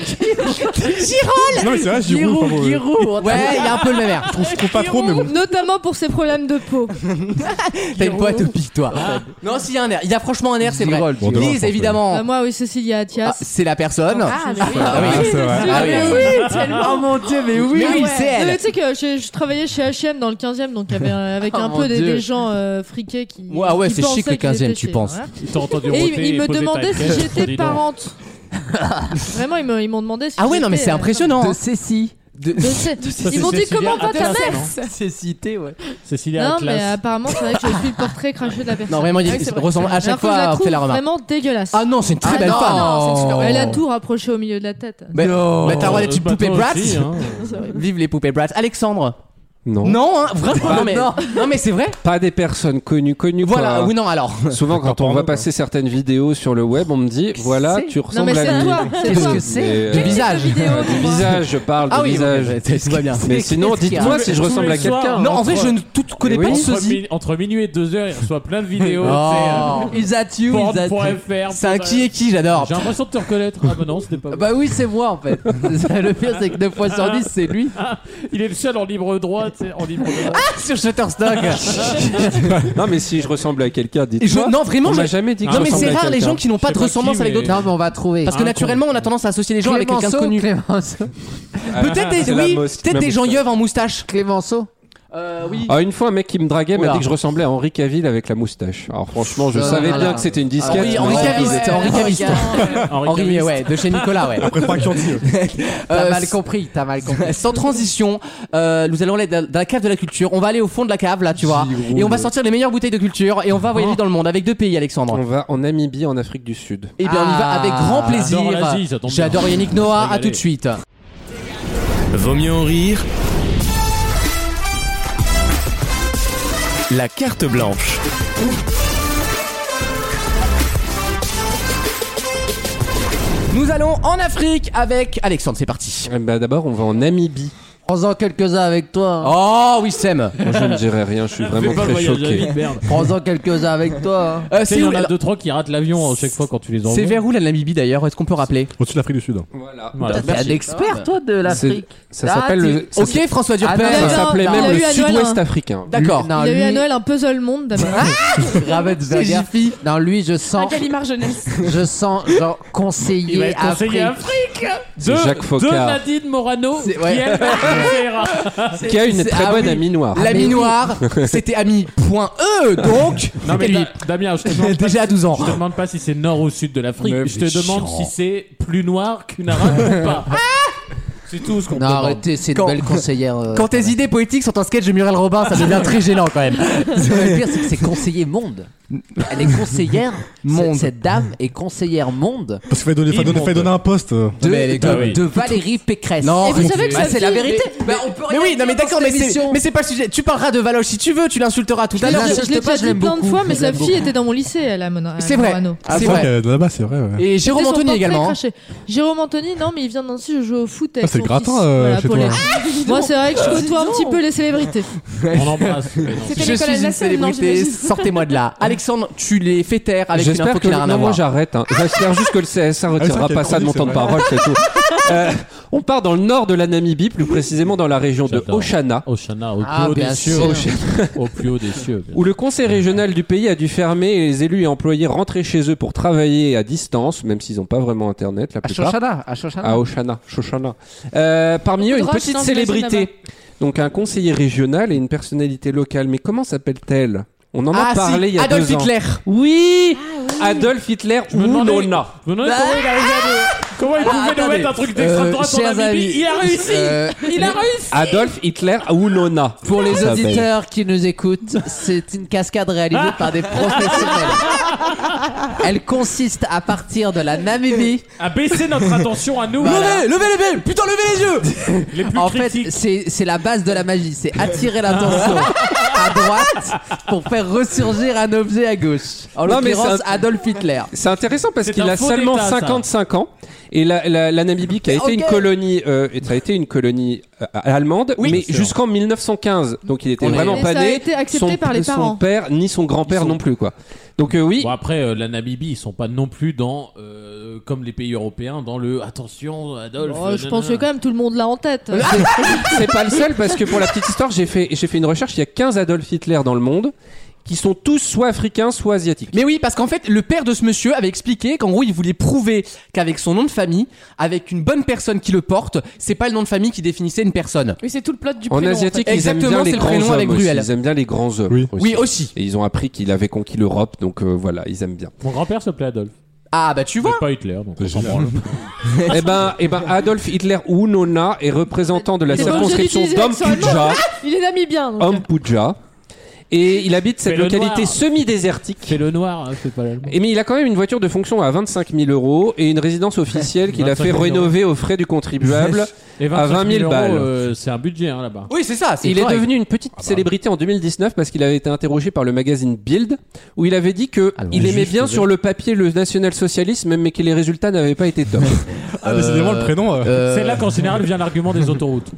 Speaker 5: Non, mais c'est vrai, Giroud. enfin, bon, euh,
Speaker 2: Ouais, il y a un peu le même air.
Speaker 5: Je trouve, je trouve pas trop, mais
Speaker 2: Mm.
Speaker 5: bon.
Speaker 3: Notamment pour ses problèmes de peau.
Speaker 2: T'as une boîte au pic,
Speaker 3: Ah.
Speaker 2: toi. Ah. Non, s'il y a un air. Il y a franchement un air, c'est vrai.
Speaker 6: Girol,
Speaker 5: Bon, demain, je pense
Speaker 2: Lise,
Speaker 5: que-
Speaker 3: Bah,
Speaker 2: évidemment.
Speaker 3: moi, oui, Cécilia
Speaker 2: Ah,
Speaker 3: Attias.
Speaker 2: C'est la personne.
Speaker 3: Ah, mais oui.
Speaker 5: Ah oui,
Speaker 3: oui,
Speaker 5: c'est
Speaker 3: bien
Speaker 5: vrai.
Speaker 3: sûr.
Speaker 2: Ah oui,
Speaker 3: Mais
Speaker 2: oui.
Speaker 3: oui, tellement.
Speaker 6: Oh mon dieu, mais oui
Speaker 2: Mais oui, c'est
Speaker 3: Non, mais
Speaker 2: elle.
Speaker 3: Ah tu sais que je, je travaillais chez H&M dans le 15e, donc il y avait, euh, avec
Speaker 6: Oh
Speaker 3: un
Speaker 6: mon
Speaker 3: peu des,
Speaker 6: Dieu.
Speaker 3: des gens euh, friqués qui.
Speaker 2: Ouais, ah ouais,
Speaker 3: qui
Speaker 2: c'est chic,
Speaker 3: pensaient
Speaker 2: le
Speaker 3: qu'ils
Speaker 2: 15e,
Speaker 3: étaient
Speaker 2: tu
Speaker 3: chez-
Speaker 2: penses.
Speaker 3: voilà.
Speaker 4: Ils t'ont entendu
Speaker 3: Et
Speaker 4: rôter
Speaker 3: ils il me
Speaker 4: poser ta
Speaker 3: demandaient si
Speaker 4: caisse, dis
Speaker 3: j'étais
Speaker 4: donc.
Speaker 3: parente. Vraiment, ils me- ils m'ont demandé si
Speaker 2: Ah ouais, non, mais
Speaker 3: j'étais,
Speaker 2: c'est
Speaker 3: euh,
Speaker 2: impressionnant.
Speaker 6: De
Speaker 2: hein.
Speaker 6: Cécile.
Speaker 2: De-
Speaker 3: de ce-
Speaker 4: c'est
Speaker 3: Ils m'ont dit
Speaker 4: Cécilia
Speaker 3: comment va ta
Speaker 4: Atlas,
Speaker 3: mère
Speaker 4: non
Speaker 6: Cécité, ouais.
Speaker 3: Ah
Speaker 4: Cécilia
Speaker 3: Non, mais euh,
Speaker 4: Atlas.
Speaker 3: apparemment, c'est vrai que je suis le portrait craché de la personne.
Speaker 2: Non, vraiment, il
Speaker 7: Ah oui, c'est vrai.
Speaker 2: ressemble à chaque
Speaker 3: Alors que je
Speaker 2: fois
Speaker 3: la
Speaker 2: on fait la
Speaker 3: trouve
Speaker 2: remarque.
Speaker 3: vraiment dégueulasse.
Speaker 2: Ah non, c'est une très
Speaker 6: Ah
Speaker 2: belle
Speaker 6: non,
Speaker 2: femme. Oh.
Speaker 6: non, c'est une super-
Speaker 3: Elle a tout rapproché au milieu de la tête.
Speaker 2: Mais-
Speaker 6: Non.
Speaker 2: mais t'as le droit des petites
Speaker 4: Bah,
Speaker 2: poupées
Speaker 4: toi
Speaker 2: Bratz.
Speaker 4: aussi, hein.
Speaker 2: Vive les poupées Bratz. Alexandre.
Speaker 8: Non.
Speaker 2: Non, hein, vraiment.
Speaker 8: Bah,
Speaker 2: Non mais,
Speaker 6: non.
Speaker 2: non, mais c'est vrai.
Speaker 8: Pas des personnes connues, connues.
Speaker 2: Voilà.
Speaker 8: quoi.
Speaker 2: Oui, non. Alors.
Speaker 8: Souvent, quand on va passer certaines vidéos sur le web, on me dit voilà,
Speaker 6: c'est
Speaker 8: tu
Speaker 3: Non,
Speaker 8: ressembles
Speaker 3: mais
Speaker 8: à
Speaker 3: c'est
Speaker 8: lui.
Speaker 3: toi. C'est
Speaker 6: Qu'est-ce
Speaker 3: toi.
Speaker 6: que c'est
Speaker 8: Mais,
Speaker 2: Du
Speaker 8: euh,
Speaker 2: visage.
Speaker 3: Vidéo,
Speaker 8: du
Speaker 3: dis-moi.
Speaker 8: visage, je parle
Speaker 2: Ah
Speaker 8: du
Speaker 2: oui.
Speaker 8: visage.
Speaker 2: ouais, ouais, Tout va bien.
Speaker 8: Mais sinon,
Speaker 6: Qu'est-ce qu'il y a
Speaker 8: dites-moi si je
Speaker 4: Tous
Speaker 8: ressemble
Speaker 4: les
Speaker 8: à quelqu'un.
Speaker 4: soirs,
Speaker 2: Non, en vrai,
Speaker 4: entre- Eh
Speaker 2: je ne tout connais
Speaker 8: Mais
Speaker 2: pas
Speaker 8: oui.
Speaker 2: de
Speaker 4: entre,
Speaker 2: sosie.
Speaker 4: mi- entre minuit et 2 heures, il reçoit plein de vidéos.
Speaker 2: Oh.
Speaker 6: Is that
Speaker 4: tu
Speaker 6: you?
Speaker 4: sais, euh,
Speaker 6: Is that you?
Speaker 4: porn.fr,
Speaker 2: C'est un
Speaker 4: tout
Speaker 2: qui
Speaker 4: ça.
Speaker 2: et qui, j'adore.
Speaker 4: J'ai l'impression de te reconnaître. Ah bah non, c'était pas moi.
Speaker 6: Bah oui, c'est moi en fait. le pire, c'est que 9 fois sur 10, c'est lui.
Speaker 4: Il est le seul en libre droit, tu sais, en libre droit.
Speaker 2: Sur Shutterstock.
Speaker 8: Non, mais si je ressemble à quelqu'un,
Speaker 2: Et je-
Speaker 8: dites-moi.
Speaker 2: non, vraiment,
Speaker 8: On m'a
Speaker 2: je-
Speaker 8: jamais dit que
Speaker 2: Non,
Speaker 8: je
Speaker 2: mais
Speaker 8: ressemblais
Speaker 2: c'est
Speaker 8: à
Speaker 2: rare les
Speaker 8: quelqu'un.
Speaker 2: gens qui n'ont pas
Speaker 4: Je sais
Speaker 2: de
Speaker 4: pas
Speaker 2: ressemblance
Speaker 4: qui,
Speaker 2: avec
Speaker 4: mais-
Speaker 2: d'autres.
Speaker 6: Non, mais on va trouver. Ah,
Speaker 2: Parce que
Speaker 4: Un con.
Speaker 2: naturellement, on a tendance à associer les gens avec quelqu'un de
Speaker 6: Clémenceau,
Speaker 2: connu.
Speaker 6: Clémenceau.
Speaker 2: Peut-être
Speaker 8: Ah,
Speaker 2: des,
Speaker 8: c'est la
Speaker 2: oui,
Speaker 8: moustache.
Speaker 2: peut-être
Speaker 8: La
Speaker 2: des gens
Speaker 8: moustache.
Speaker 2: yeuves en moustache.
Speaker 6: Clémenceau.
Speaker 8: Ah, une fois, un mec qui me draguait m'a
Speaker 2: Oula.
Speaker 8: dit que je ressemblais à Henri Cavill avec la moustache. Alors, franchement, je
Speaker 6: Ah,
Speaker 8: savais
Speaker 6: voilà.
Speaker 8: bien que c'était une disquette.
Speaker 2: oui,
Speaker 8: mais-
Speaker 2: Henri
Speaker 8: Ouais.
Speaker 2: Cavill, c'était Henri Cavill. Henri,
Speaker 4: Cavill.
Speaker 2: ouais, de chez Nicolas, ouais.
Speaker 5: Après, pas Chianti, euh.
Speaker 6: T'as
Speaker 2: Euh,
Speaker 6: mal compris, t'as mal compris.
Speaker 2: Sans transition, euh, nous allons aller dans dans la cave de la culture. On va aller au fond de la cave, là, tu vois.
Speaker 5: Giroud.
Speaker 2: Et on va sortir les meilleures bouteilles de culture et on va
Speaker 6: Oh.
Speaker 2: voyager dans le monde avec deux pays, Alexandre.
Speaker 8: On va en Namibie, en Afrique du Sud.
Speaker 2: Eh bien, on y va
Speaker 6: Ah.
Speaker 2: avec grand
Speaker 4: J'adore l'Asie, ça
Speaker 2: plaisir.
Speaker 4: tombe bien.
Speaker 2: J'adore Yannick Noah. À
Speaker 4: Régalé.
Speaker 2: tout de suite.
Speaker 1: Vaut mieux en rire. La carte blanche.
Speaker 2: Nous allons en Afrique avec Alexandre. C'est parti.
Speaker 8: Eh ben, D'abord, on va en Namibie.
Speaker 6: Prends-en quelques-uns avec toi. hein.
Speaker 2: Oh oui, Sam.
Speaker 8: Moi, je ne dirais rien, je suis vraiment
Speaker 4: Fais pas le
Speaker 8: très
Speaker 4: voyage à la
Speaker 8: choqué.
Speaker 4: vie, merde.
Speaker 6: Prends-en quelques-uns avec toi. hein.
Speaker 2: Euh,
Speaker 4: Tu sais,
Speaker 2: c'est
Speaker 4: il y
Speaker 2: où
Speaker 4: en a
Speaker 2: alors,
Speaker 4: 2-3 qui ratent l'avion hein, à chaque fois quand tu les envoies.
Speaker 2: C'est vers où la Namibie d'ailleurs Est-ce qu'on peut rappeler
Speaker 5: Au-dessus de l'Afrique du Sud. hein.
Speaker 8: Voilà.
Speaker 2: Ah,
Speaker 4: Voilà.
Speaker 6: T'es un expert, toi, de l'Afrique.
Speaker 8: Ça
Speaker 6: Ah,
Speaker 8: s'appelle
Speaker 6: tu-
Speaker 8: le. ça
Speaker 2: Ok, François
Speaker 6: Ah,
Speaker 2: Durper.
Speaker 6: non,
Speaker 8: Ça
Speaker 6: non,
Speaker 8: s'appelait
Speaker 6: non,
Speaker 8: même
Speaker 6: il
Speaker 3: a
Speaker 8: le
Speaker 3: eu à Noël,
Speaker 8: sud-ouest
Speaker 3: hein.
Speaker 8: africain.
Speaker 2: D'accord.
Speaker 6: Non,
Speaker 3: Il a eu
Speaker 6: lui-
Speaker 3: à Noël un puzzle monde d'abord.
Speaker 6: Ravensburger. Non, lui, je
Speaker 7: Un
Speaker 6: sens,
Speaker 7: Gallimard jeunesse.
Speaker 6: je sens, genre,
Speaker 4: Il va
Speaker 6: conseiller
Speaker 4: être conseiller
Speaker 6: Afrique.
Speaker 4: Afrique
Speaker 8: C'est
Speaker 4: de,
Speaker 8: Jacques
Speaker 4: de
Speaker 8: Focard,
Speaker 4: Nadine Morano
Speaker 2: C'est-
Speaker 4: qui
Speaker 2: ouais.
Speaker 4: elle verra.
Speaker 8: qui a une
Speaker 2: C'est-
Speaker 8: très
Speaker 2: ah
Speaker 8: bonne
Speaker 2: oui.
Speaker 8: amie noire.
Speaker 2: L'ami
Speaker 6: mais oui.
Speaker 2: noir, c'était ami.e donc.
Speaker 4: Non mais
Speaker 2: Et lui,
Speaker 4: Da- Damien, je te demande pas
Speaker 2: déjà à 12 ans.
Speaker 4: Je te demande pas si c'est nord ou sud de l'Afrique,
Speaker 8: Mais
Speaker 4: je te
Speaker 8: c'est
Speaker 4: demande
Speaker 8: chiant.
Speaker 4: si c'est plus noir qu'une arabe ou pas. C'est tout ce qu'on te
Speaker 6: Non,
Speaker 4: demande.
Speaker 6: arrêtez, c'est une
Speaker 2: Quand-
Speaker 6: belle conseillère. euh,
Speaker 2: Quand tes idées poétiques sont en sketch de Muriel Robin, ça devient très gênant quand même.
Speaker 6: Le pire, c'est que c'est conseiller monde. Elle est conseillère
Speaker 2: Monde.
Speaker 6: Cette, cette dame est conseillère monde
Speaker 5: Parce qu'il fallait donner, fallait donner- fallait donner un poste. euh.
Speaker 6: de,
Speaker 2: mais elle est-
Speaker 6: de-
Speaker 4: ah oui.
Speaker 6: de Valérie Pécresse.
Speaker 2: Non, Et vous
Speaker 3: savez que
Speaker 6: Bah,
Speaker 3: sa
Speaker 6: c'est la
Speaker 3: fille-
Speaker 6: vérité. Bah, on peut
Speaker 2: Mais
Speaker 6: rien
Speaker 2: oui, non
Speaker 6: dire
Speaker 2: mais
Speaker 6: dans
Speaker 2: d'accord,
Speaker 6: cette
Speaker 2: mais c'est
Speaker 6: émission.
Speaker 2: mais c'est pas le sujet. Tu parleras de Valoche si tu veux, tu l'insulteras tout à
Speaker 6: Je
Speaker 2: l'heure.
Speaker 6: l'insulte
Speaker 3: Je l'ai
Speaker 6: pas,
Speaker 3: déjà
Speaker 6: je
Speaker 3: dit
Speaker 6: l'aime
Speaker 3: plein de
Speaker 6: beaucoup,
Speaker 3: fois, mais
Speaker 6: je
Speaker 3: sa
Speaker 6: l'aime
Speaker 3: fille
Speaker 6: beaucoup.
Speaker 3: était dans mon lycée, elle, à Mona- à
Speaker 2: C'est vrai.
Speaker 3: Morano.
Speaker 2: Ah,
Speaker 5: C'est
Speaker 2: c'est
Speaker 5: vrai
Speaker 2: vrai.
Speaker 5: qu'elle est là-bas, c'est vrai. ouais.
Speaker 2: Et
Speaker 3: C'était
Speaker 2: Jérôme
Speaker 3: son
Speaker 2: Anthony
Speaker 3: portrait
Speaker 2: également. hein.
Speaker 3: craché. Jérôme Anthony, non, mais il vient d'Annecy, je joue au foot avec
Speaker 5: Ah, c'est
Speaker 3: son
Speaker 5: gratin,
Speaker 3: fils.
Speaker 5: euh,
Speaker 3: Voilà,
Speaker 5: chez
Speaker 3: pour
Speaker 5: toi.
Speaker 3: les- Moi, c'est vrai que je côtoie un
Speaker 7: dis
Speaker 3: petit
Speaker 7: donc.
Speaker 3: peu les célébrités.
Speaker 4: On embrasse. mais non.
Speaker 7: C'était
Speaker 2: Je
Speaker 7: Nicolas
Speaker 2: suis une
Speaker 7: Lassène, non,
Speaker 2: célébrité,
Speaker 7: j'imagine.
Speaker 2: sortez-moi de là. Alexandre, tu les fais taire avec une info
Speaker 8: J'espère que
Speaker 2: qui n'a rien à
Speaker 8: non, moi
Speaker 2: voir.
Speaker 8: j'arrête. hein. J'espère juste que le CSA retirera
Speaker 5: vrai qu'il y a
Speaker 8: pas Ah, ça de
Speaker 5: une
Speaker 8: mon temps de
Speaker 5: chronique,
Speaker 8: parole, c'est tout. Euh, on part dans le nord de la Namibie, plus précisément dans la région de
Speaker 4: J'adore.
Speaker 8: Oshana,
Speaker 4: Oshana, au plus
Speaker 6: Ah,
Speaker 4: haut
Speaker 6: bien
Speaker 4: des cieux.
Speaker 6: sûr.
Speaker 4: Au plus haut des cieux.
Speaker 8: où le conseil régional du pays a dû fermer et les élus et employés rentraient chez eux pour travailler à distance, même s'ils n'ont pas vraiment internet la
Speaker 6: À
Speaker 8: plupart.
Speaker 6: Shoshana, à Shoshana.
Speaker 2: Ah,
Speaker 8: À Ah, Oshana, Shoshana. Euh, parmi eux,
Speaker 7: de
Speaker 8: une
Speaker 7: roches,
Speaker 8: petite
Speaker 7: non, j'imagine,
Speaker 8: célébrité. Donc un conseiller régional et une personnalité locale. Mais comment s'appelle-t-elle On en a
Speaker 2: Ah
Speaker 8: parlé il
Speaker 2: si,
Speaker 8: y a
Speaker 2: Adolf
Speaker 8: deux ans.
Speaker 2: Hitler.
Speaker 8: Oui, Adolf Hitler
Speaker 4: Je me
Speaker 8: ou
Speaker 4: demandais-
Speaker 8: Nona.
Speaker 4: Vous me demandez comment il arrivait à nous- Comment il pouvait nous
Speaker 6: attendez.
Speaker 4: mettre un truc d'extrême
Speaker 6: Euh,
Speaker 4: droite
Speaker 6: chers
Speaker 4: en Namibie
Speaker 6: amis,
Speaker 4: Il a réussi
Speaker 6: euh,
Speaker 4: Il a réussi
Speaker 8: Adolf Hitler ou Nona.
Speaker 6: Pour les
Speaker 8: Ça s'appelle.
Speaker 6: auditeurs qui nous écoutent, c'est une cascade réalisée par des professionnels. Elle consiste à partir de la Namibie.
Speaker 4: A baissé notre attention à nous,
Speaker 6: Voilà.
Speaker 2: Levez les belles, putain, levez les yeux.
Speaker 4: les plus
Speaker 6: En fait,
Speaker 4: critiques.
Speaker 6: c'est c'est la base de la magie. C'est attirer l'attention à droite pour faire ressurgir un objet à gauche. En
Speaker 8: Non, mais
Speaker 6: l'occurrence,
Speaker 8: c'est un-
Speaker 6: Adolf Hitler.
Speaker 8: C'est intéressant parce
Speaker 4: C'est
Speaker 8: qu'il
Speaker 4: un
Speaker 8: a
Speaker 4: faux
Speaker 8: seulement
Speaker 4: d'état, ça.
Speaker 8: 55 ans Et la, la- la Namibie qui a été une colonie, euh, et ça a été une colonie euh, allemande, mais jusqu'en 1915. Donc il était
Speaker 3: Oui.
Speaker 8: vraiment
Speaker 3: Et
Speaker 8: pas
Speaker 3: ça a
Speaker 8: né.
Speaker 3: été accepté
Speaker 8: son,
Speaker 3: par les
Speaker 8: son
Speaker 3: parents.
Speaker 8: père ni son grand-père non plus quoi. Donc euh, oui.
Speaker 4: Bon, après, euh, la Namibie, ils sont pas non plus dans, euh, comme les pays européens, dans le attention, Adolphe.
Speaker 3: Oh, je
Speaker 4: nanana.
Speaker 3: pense que quand même tout le monde l'a en tête.
Speaker 8: C'est pas le seul parce que pour la petite histoire, j'ai fait j'ai fait une recherche. Il y a 15 Adolf Hitler dans le monde qui sont tous soit africains soit asiatiques.
Speaker 2: Mais oui, parce qu'en fait, le père de ce monsieur avait expliqué qu'en gros, il voulait prouver qu'avec son nom de famille, avec une bonne personne qui le porte, c'est pas le nom de famille qui définissait une personne.
Speaker 7: Oui, c'est tout le plot du
Speaker 8: En
Speaker 7: prénom.
Speaker 8: asiatique,
Speaker 7: en fait.
Speaker 8: ils aiment bien
Speaker 2: Exactement,
Speaker 8: les
Speaker 2: c'est le
Speaker 8: grands
Speaker 2: prénom
Speaker 8: hommes
Speaker 2: avec
Speaker 8: aussi.
Speaker 2: Bruel.
Speaker 8: Ils aiment bien les grands hommes. Oui.
Speaker 2: Oui, aussi.
Speaker 8: Et ils ont appris qu'il avait conquis l'Europe, donc euh, voilà, ils aiment bien.
Speaker 4: Mon grand-père s'appelait Adolphe.
Speaker 2: Ah bah tu vois.
Speaker 4: C'est pas Hitler, donc on s'en branle.
Speaker 8: Eh ben, eh ben, Adolf Hitler Unona est représentant de la
Speaker 3: Il est pas obligé
Speaker 8: circonscription
Speaker 3: d'utiliser l'accent
Speaker 8: d'Ampuja.
Speaker 3: allemand. Il est namibien. donc.
Speaker 8: Ampuja. Et il habite cette
Speaker 4: Fais le
Speaker 8: localité
Speaker 4: noir.
Speaker 8: semi-désertique.
Speaker 4: Fais le noir, hein, c'est pas l'allemand.
Speaker 8: Et mais il a quand même une voiture de fonction à 25 000 euros et une résidence officielle qu'il a
Speaker 4: 25
Speaker 8: fait
Speaker 4: 000
Speaker 8: rénover aux frais du contribuable
Speaker 4: Et
Speaker 8: à 20 000
Speaker 4: euros,
Speaker 8: balles.
Speaker 4: euh, c'est un budget hein, là-bas.
Speaker 2: Oui, c'est ça.
Speaker 8: Il est devenu une petite
Speaker 2: Ah bah.
Speaker 8: célébrité en 2019 parce qu'il avait été interrogé par le magazine Build où il avait dit que
Speaker 2: Ah,
Speaker 8: il aimait bien sur le papier le national-socialisme mais que les résultats n'avaient pas été top.
Speaker 5: Ah, décidément, le prénom. euh,
Speaker 4: C'est là qu'en général vient l'argument des autoroutes.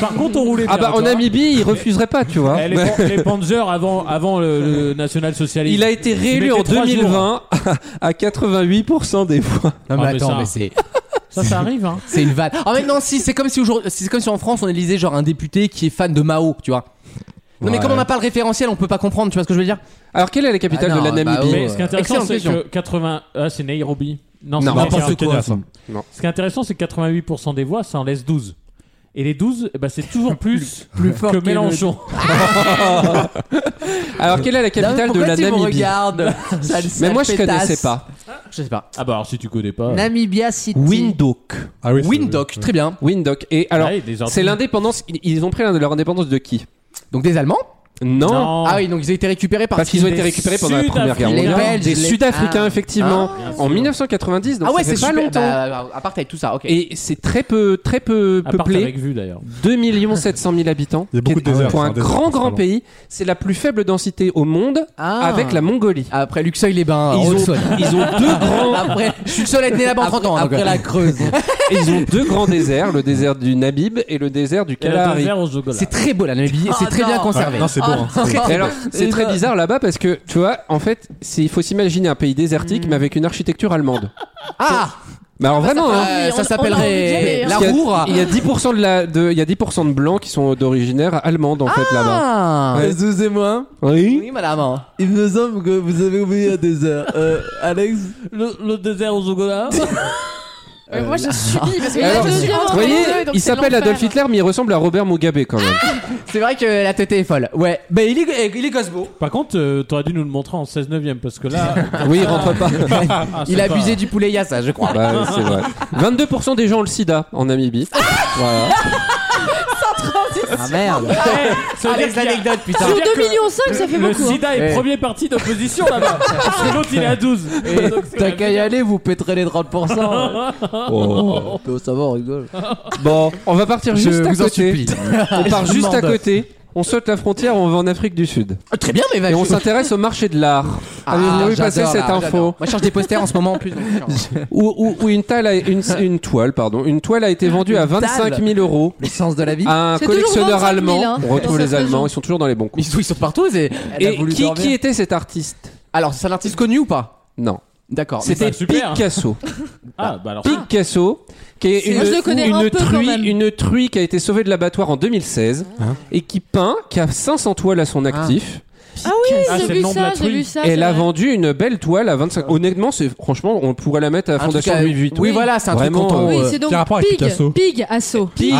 Speaker 4: Par contre, on roulait bien.
Speaker 8: ah bah
Speaker 4: tu
Speaker 8: en
Speaker 4: vois.
Speaker 8: Namibie, il refuserait pas, tu vois.
Speaker 4: Eh, les, pan- les Panzers avant, avant le, le national-socialisme.
Speaker 8: Il a été
Speaker 4: Ils
Speaker 8: réélu
Speaker 4: mettaient
Speaker 8: en
Speaker 4: trois jours.
Speaker 8: 2020 à 88% des fois.
Speaker 2: Non, mais
Speaker 4: Ah, mais
Speaker 2: attends,
Speaker 4: ça-
Speaker 2: mais c'est
Speaker 4: Ça, ça arrive, hein.
Speaker 2: c'est une vanne. Ah mais non, si, c'est comme si aujourd'hui, c'est comme si en France on élisait genre un député qui est fan de Mao, tu vois. Non mais
Speaker 8: Ouais.
Speaker 2: comme on n'a pas le référentiel, on peut pas comprendre, tu vois ce que je veux dire
Speaker 8: Alors quelle est la capitale
Speaker 2: Ah non,
Speaker 8: de la
Speaker 2: bah
Speaker 8: Namibie
Speaker 2: ouais.
Speaker 4: Mais ce qui est intéressant,
Speaker 2: Excellente
Speaker 4: c'est
Speaker 2: question.
Speaker 4: que 80. Ah, c'est Nairobi. Non,
Speaker 8: Non,
Speaker 4: c'est
Speaker 8: n'importe
Speaker 4: Nairobi.
Speaker 5: quoi, ça.
Speaker 4: Ce qui est intéressant, c'est que 88% des voix, ça en laisse 12. Et les 12, eh ben, c'est toujours plus,
Speaker 2: Plus fort
Speaker 4: que
Speaker 2: que le-
Speaker 4: Mélenchon.
Speaker 2: oh.
Speaker 8: Alors quelle est la capitale de la Namibie
Speaker 2: regarde
Speaker 8: Mais moi je connaissais pas.
Speaker 2: Je sais pas.
Speaker 4: Ah bah alors, si tu connais pas.
Speaker 6: Namibia City.
Speaker 8: Windhoek.
Speaker 5: Ah oui, c'est-
Speaker 2: Windhoek, très bien.
Speaker 8: Windhoek. Et alors
Speaker 4: Ouais, des
Speaker 8: c'est
Speaker 4: ordres.
Speaker 8: l'indépendance. ils- Ils ont pris leur indépendance de qui
Speaker 2: Donc des Allemands
Speaker 8: Non.
Speaker 4: Non.
Speaker 2: Ah oui, donc ils ont été récupérés par
Speaker 8: Oh. Parce qu'ils ont été
Speaker 4: des
Speaker 8: récupérés pendant la Première Guerre
Speaker 4: Sud-Africains.
Speaker 2: Les
Speaker 8: mondiale.
Speaker 2: Belges,
Speaker 8: Des
Speaker 2: les-
Speaker 8: Sud-Africains
Speaker 2: Ah.
Speaker 8: effectivement.
Speaker 2: Ah.
Speaker 8: En 1990. Donc
Speaker 2: ah ouais,
Speaker 8: ça fait
Speaker 2: c'est
Speaker 8: pas
Speaker 2: super.
Speaker 8: longtemps.
Speaker 2: Bah, à part avec tout ça, ok.
Speaker 8: Et c'est très peu, très peu
Speaker 4: À part
Speaker 8: peuplé.
Speaker 4: avec vue d'ailleurs.
Speaker 8: 2 700 000 habitants.
Speaker 5: Il y a beaucoup
Speaker 8: Qui est-
Speaker 5: de déserts,
Speaker 8: Pour
Speaker 5: c'est
Speaker 8: un
Speaker 5: un désert,
Speaker 8: grand, grand
Speaker 5: principalement.
Speaker 8: pays, c'est la plus faible densité au monde
Speaker 2: Ah.
Speaker 8: avec la Mongolie.
Speaker 2: Après Luxeuil-les-Bains,
Speaker 8: Ils ont-
Speaker 2: Rolson.
Speaker 8: Ils ont deux grands,
Speaker 2: Après, je suis le seul à être né là-bas en 30 ans. hein, euh, Après la Creuse.
Speaker 8: ils ont deux grands déserts, le désert du Namib et le désert du
Speaker 4: Et la
Speaker 8: Kalahari.
Speaker 4: désert au Zogola.
Speaker 2: C'est très beau la Namibie, c'est
Speaker 6: Oh,
Speaker 2: très bien
Speaker 6: non.
Speaker 2: conservé.
Speaker 5: Ouais, non, c'est beau. hein. C'est-
Speaker 8: Et alors, c'est très bizarre là-bas parce que, tu vois, en fait, c'est- il faut s'imaginer un pays
Speaker 2: Hmm.
Speaker 8: désertique mais avec une architecture allemande.
Speaker 2: Ah,
Speaker 8: Mais alors vraiment, hein.
Speaker 2: euh,
Speaker 7: mais on-
Speaker 2: ça
Speaker 7: on a envie d'y
Speaker 2: s'appellerait
Speaker 7: aller, hein.
Speaker 2: la
Speaker 8: Il y a-
Speaker 2: Roure.
Speaker 8: Il y a 10% de la, de, il y a 10% de blancs qui sont d'originaire allemande en fait là-bas.
Speaker 2: Ah,
Speaker 8: Ouais.
Speaker 6: Excusez-moi,
Speaker 8: Oui.
Speaker 2: oui madame.
Speaker 6: il me semble que vous avez oublié un désert. Euh, Alex
Speaker 4: Le, désert au Zogola.
Speaker 7: Ouais, Euh, moi, j'ai subi parce que
Speaker 8: Eh, Alors,
Speaker 7: je suis
Speaker 8: vous
Speaker 7: rentrée
Speaker 8: voyez,
Speaker 7: dans le dos, donc
Speaker 8: il
Speaker 7: c'est
Speaker 8: s'appelle
Speaker 7: l'enfer.
Speaker 8: Adolf Hitler, mais il ressemble à Robert Mugabe quand même.
Speaker 2: C'est vrai que la tête est folle. Ouais, bah il est, il est gosse beau.
Speaker 4: Par contre, euh, t'aurais dû nous le montrer en 16 9 parce que là.
Speaker 8: oui, il rentre pas.
Speaker 4: ah, c'est
Speaker 2: Il a
Speaker 4: pas-
Speaker 2: abusé du poulet yassa, je crois.
Speaker 8: Bah, ouais, c'est vrai. 22% des gens ont le sida en Namibie. Voilà.
Speaker 6: Ah merde
Speaker 4: Ça veut
Speaker 2: Avec
Speaker 4: dire eh, qu'il y a-
Speaker 2: l'anecdote, putain.
Speaker 4: C'est-à-dire
Speaker 3: Sur
Speaker 4: que
Speaker 3: 2,5 millions, ça fait
Speaker 4: Le
Speaker 3: beaucoup. hein.
Speaker 4: sida est
Speaker 2: Eh.
Speaker 4: premier parti d'opposition là-bas. Parce que l'autre il est à 12. Donc, c'est
Speaker 6: T'as
Speaker 4: la
Speaker 6: qu'à y aller, vous péterez les 30%.
Speaker 8: Oh.
Speaker 6: Peut savoir, on rigole.
Speaker 8: Bon, on va partir
Speaker 2: Je
Speaker 8: juste à
Speaker 2: vous en
Speaker 8: côté.
Speaker 2: supplie.
Speaker 8: On part juste à côté. On saute la frontière, on va en Afrique du Sud.
Speaker 2: Ah, Très bien, mais va.
Speaker 8: Et on s'intéresse au marché de l'art.
Speaker 7: Ah,
Speaker 8: Avez-vous
Speaker 2: Ah,
Speaker 8: vu passer cette info
Speaker 2: Moi, je cherche des posters en ce moment en plus. donc, genre.
Speaker 8: où, où- où une, taille a- une, une toile, pardon, une toile a été vendue à 25 000 euros
Speaker 6: Le sens de la vie.
Speaker 8: à un
Speaker 3: C'est toujours
Speaker 8: collectionneur
Speaker 3: 25 000,
Speaker 8: allemand.
Speaker 3: hein,
Speaker 8: On
Speaker 3: dans
Speaker 8: retrouve les
Speaker 3: cette
Speaker 8: Allemands,
Speaker 3: région.
Speaker 8: ils sont toujours dans les bons
Speaker 2: Ils
Speaker 8: coups.
Speaker 2: sont, ils sont partout. c'est-
Speaker 6: Elle a
Speaker 8: Et
Speaker 6: voulu
Speaker 8: qui,
Speaker 6: dormir.
Speaker 8: qui était cet artiste
Speaker 2: Alors, c'est un artiste connu ou pas
Speaker 8: Non,
Speaker 2: D'accord.
Speaker 8: c'était
Speaker 4: bah, super.
Speaker 8: Picasso.
Speaker 4: Ah, bah alors.
Speaker 8: Picasso, qui est
Speaker 3: C'est-
Speaker 8: une,
Speaker 3: Moi, je le connais
Speaker 8: une
Speaker 3: un peu, quand
Speaker 8: truie,
Speaker 3: même.
Speaker 8: une truie qui a été sauvée de l'abattoir en 2016 et qui peint, qui a 500 toiles à son actif.
Speaker 4: Ah,
Speaker 3: J'ai
Speaker 4: c'est le
Speaker 3: vu
Speaker 4: nom de
Speaker 3: ça,
Speaker 4: la
Speaker 3: j'ai vu
Speaker 4: truie.
Speaker 3: ça. c'est
Speaker 8: Elle a
Speaker 3: vrai.
Speaker 8: vendu une belle toile à 25. Honnêtement, c'est franchement, on pourrait la mettre à la
Speaker 2: Un
Speaker 8: Fondation
Speaker 2: truc à-
Speaker 8: Louis Vuitton.
Speaker 2: Oui, voilà, c'est un truc
Speaker 8: Vraiment,
Speaker 2: canton,
Speaker 8: euh,
Speaker 3: Oui,
Speaker 2: euh,
Speaker 3: c'est donc
Speaker 5: Quel rapport avec Picasso
Speaker 3: Pig, Pig Asso. Ah.
Speaker 8: Picasso.
Speaker 3: Pig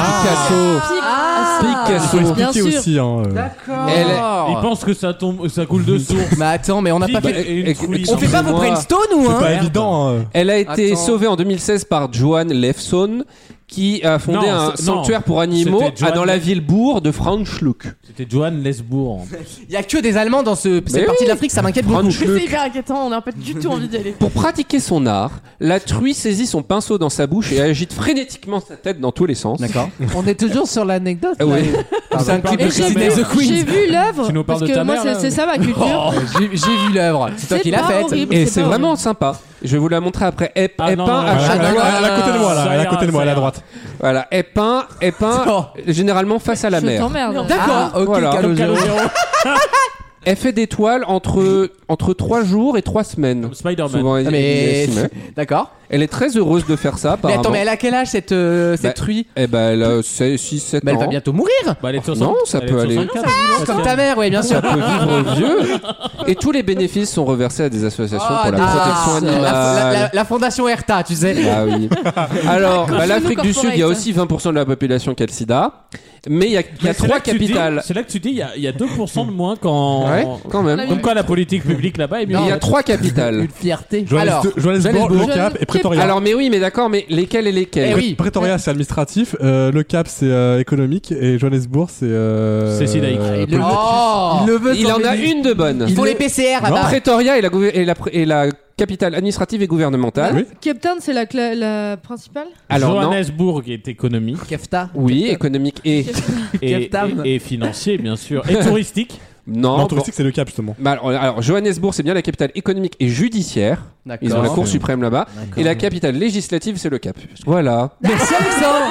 Speaker 3: Ah.
Speaker 5: Il
Speaker 8: Picasso.
Speaker 5: faut
Speaker 3: Bien
Speaker 5: expliquer
Speaker 3: sûr.
Speaker 5: aussi. Hein, euh.
Speaker 8: Elle est-
Speaker 2: Oh.
Speaker 4: Il pense que ça tombe, ça coule de source.
Speaker 2: Mais attends, mais on n'a pas
Speaker 4: Pig
Speaker 8: Bah,
Speaker 2: fait.
Speaker 4: et une
Speaker 8: éc-
Speaker 4: truie.
Speaker 2: On fait pas vos
Speaker 8: Excusez-moi.
Speaker 2: brainstorms ou
Speaker 5: C'est
Speaker 2: hein
Speaker 5: pas
Speaker 4: Merde.
Speaker 5: évident. hein.
Speaker 8: Elle a été
Speaker 2: Attends.
Speaker 8: sauvée en 2016 par Joan Lefson qui a fondé
Speaker 4: Non,
Speaker 8: un
Speaker 4: c'est- non.
Speaker 8: sanctuaire pour animaux
Speaker 4: C'était
Speaker 8: à- dans
Speaker 4: Joan-
Speaker 8: la ville bourg de Franschluck.
Speaker 4: C'était Johan Lesbourg.
Speaker 2: Il y a que des Allemands dans ce, cette
Speaker 8: oui.
Speaker 2: partie de l'Afrique, ça m'inquiète beaucoup.
Speaker 8: Franschluck.
Speaker 7: C'est hyper inquiétant, on n'a pas du tout envie d'y aller.
Speaker 8: Pour pratiquer son art, la truie saisit son pinceau dans sa bouche et agite frénétiquement sa tête dans tous les sens.
Speaker 2: D'accord.
Speaker 6: On est toujours sur l'anecdote.
Speaker 8: Ah
Speaker 6: là.
Speaker 8: ouais.
Speaker 2: C'est un clip de
Speaker 3: Et j'ai
Speaker 2: Christina The
Speaker 3: vu, j'ai
Speaker 2: Queen. Oh.
Speaker 3: vu
Speaker 4: Tu nous
Speaker 3: l'œuvre.
Speaker 4: parles
Speaker 3: Oh, Parce
Speaker 4: de
Speaker 3: que
Speaker 4: ta
Speaker 3: moi,
Speaker 4: mère,
Speaker 3: c'est
Speaker 4: là
Speaker 3: c'est ça ma culture.
Speaker 2: J'ai j'ai vu l'œuvre. C'est toi
Speaker 3: C'est
Speaker 2: qui l'as
Speaker 3: pas
Speaker 2: faite.
Speaker 3: horrible.
Speaker 8: Et
Speaker 3: C'est
Speaker 8: c'est
Speaker 3: pas
Speaker 8: vraiment sympa. Je vais vous la montrer après. Ep,
Speaker 5: Ah,
Speaker 8: Epin
Speaker 5: non, non, non,
Speaker 8: à
Speaker 5: elle est
Speaker 8: chaque
Speaker 5: à-
Speaker 8: fois.
Speaker 5: elle est à côté de moi, là, elle est à côté de moi, elle est à droite.
Speaker 8: Voilà, Epin, Epin, généralement face à la
Speaker 3: Je
Speaker 8: mer.
Speaker 3: t'emmerde.
Speaker 6: D'accord.
Speaker 8: Ah,
Speaker 6: ok,
Speaker 8: voilà.
Speaker 6: Calogero.
Speaker 8: Elle fait des toiles entre, entre 3 jours et 3 semaines.
Speaker 4: Spider-Man.
Speaker 8: Souvent, elle-
Speaker 6: Ah, mais-
Speaker 8: elle s'y met.
Speaker 6: D'accord.
Speaker 8: Elle est très heureuse de faire ça,
Speaker 6: Mais attends, mais elle
Speaker 8: apparemment.
Speaker 6: a quel âge cette, euh, cette
Speaker 8: Bah,
Speaker 6: truie
Speaker 8: Eh ben, elle a 6-7 ans.
Speaker 6: Bah, elle va bientôt mourir
Speaker 4: Bah, elle est
Speaker 8: Non, ça peut aller.
Speaker 6: Comme ta mère, oui, bien sûr.
Speaker 8: Ça peut vivre vieux. Et tous les bénéfices sont reversés à des associations
Speaker 6: Ah,
Speaker 8: pour la
Speaker 6: des- la-
Speaker 8: protection
Speaker 6: La, la-
Speaker 8: animale.
Speaker 6: la fondation Erta, tu sais.
Speaker 8: Bah oui. Alors, bah,
Speaker 6: Comme
Speaker 8: l'Afrique
Speaker 6: nous,
Speaker 8: du Sud, il y a
Speaker 6: corporate.
Speaker 8: aussi 20% de la population E qui a le sida. Mais il y a, il y a
Speaker 4: Mais c'est
Speaker 8: trois
Speaker 4: là que tu dis-
Speaker 8: capitales.
Speaker 4: C'est Ah, là que tu dis, il y a- il y, a 2% de moins qu'en.
Speaker 8: Ouais, quand même.
Speaker 4: Comme quoi la politique publique là-bas est mieux.
Speaker 8: Il y a trois
Speaker 2: Euh, Ah,
Speaker 8: capitales.
Speaker 6: Fierté.
Speaker 5: Johannesburg, Johannesburg, le Cap et Pretoria.
Speaker 8: Alors, mais oui, mais d'accord, mais lesquelles et lesquelles
Speaker 5: Pré- Pretoria, c'est administratif. euh, le Cap, c'est euh, économique. Et Johannesburg, c'est. euh,
Speaker 4: C'est sidaïque.
Speaker 5: euh,
Speaker 4: Il
Speaker 5: politique.
Speaker 6: Oh Il le veut
Speaker 8: Il en a une de bonne.
Speaker 6: Ils font
Speaker 5: Il-
Speaker 6: les PCR
Speaker 2: Ah.
Speaker 6: là-bas.
Speaker 8: Pretoria est la, gouver- est la, pr- est la capitale administrative et gouvernementale.
Speaker 3: Cape Town, c'est la, cla- la principale
Speaker 8: Alors, non.
Speaker 4: Johannesburg est économique
Speaker 6: Kefta.
Speaker 8: Oui, économique et.
Speaker 4: et,
Speaker 6: Cape Town.
Speaker 4: et- et financier, bien sûr. Et touristique.
Speaker 8: Non,
Speaker 5: Non,
Speaker 8: bon.
Speaker 5: touristique, c'est le Cap, justement.
Speaker 8: Bah, alors, alors, Johannesburg, c'est bien la capitale économique et judiciaire.
Speaker 6: D'accord.
Speaker 8: Ils ont la Cour suprême là-bas. Et la capitale législative, c'est le Cap. Voilà.
Speaker 6: Merci Alexandre.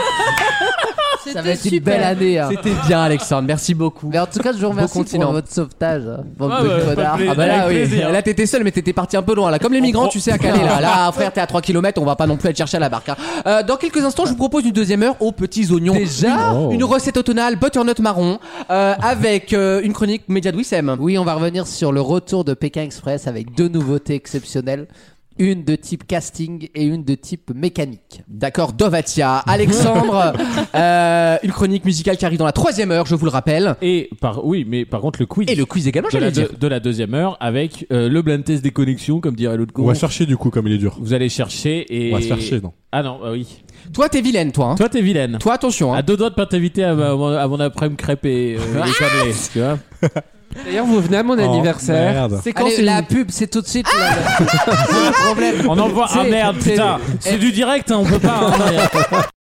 Speaker 3: C'était
Speaker 7: Ah,
Speaker 6: Ça va être une
Speaker 3: super.
Speaker 6: belle année. hein.
Speaker 2: C'était bien, Alexandre. Merci beaucoup.
Speaker 6: Mais en tout cas, je vous remercie
Speaker 2: continent.
Speaker 6: pour votre sauvetage. hein, Bande
Speaker 4: Ah
Speaker 6: de
Speaker 4: bah,
Speaker 6: connards.
Speaker 4: avec
Speaker 2: Ah bah là,
Speaker 4: Avec
Speaker 2: oui.
Speaker 4: plaisir.
Speaker 2: Là, t'étais seul, mais t'étais parti un peu loin. Là, comme les migrants, tu sais, à Calais, là. Là, frère, t'es à 3 km, on va pas non plus aller te chercher à la barque. hein. Euh, dans quelques instants, je vous propose une deuxième heure aux petits oignons.
Speaker 6: Déjà Oh.
Speaker 2: Une, une recette automnale, butternut marron, euh, avec euh, une chronique média de Wissem.
Speaker 6: Oui, on va revenir sur le retour de Pékin Express avec deux nouveautés exceptionnelles. Une de type casting et une de type mécanique.
Speaker 2: D'accord, Dovatia, Alexandre, euh, une chronique musicale qui arrive dans la troisième heure, je vous le rappelle.
Speaker 4: Et par, oui, mais par contre, le quiz.
Speaker 2: Et le quiz également,
Speaker 4: de
Speaker 2: j'allais
Speaker 4: la,
Speaker 2: dire.
Speaker 4: deux- de la deuxième heure avec euh, le blind test des connexions, comme dirait l'autre
Speaker 5: On
Speaker 4: con.
Speaker 5: va chercher, du coup, comme il est dur.
Speaker 4: Vous allez chercher et.
Speaker 5: On va se faire chier, non
Speaker 4: Ah non, bah oui.
Speaker 2: Toi, t'es vilaine, toi. hein.
Speaker 4: Toi, t'es vilaine.
Speaker 2: Toi, attention. hein.
Speaker 4: À deux doigts de pas t'inviter à, ma- à mon- à mon après-midi crêpe et, euh, et cannelé, tu vois.
Speaker 8: D'ailleurs, vous venez à mon anniversaire.
Speaker 5: Oh, Merde.
Speaker 6: C'est quand la pub, c'est tout de suite. là, là.
Speaker 4: On envoie. Ah
Speaker 6: C'est-
Speaker 4: merde,
Speaker 6: c'est-
Speaker 4: putain. C'est du direct, hein, on peut pas. hein.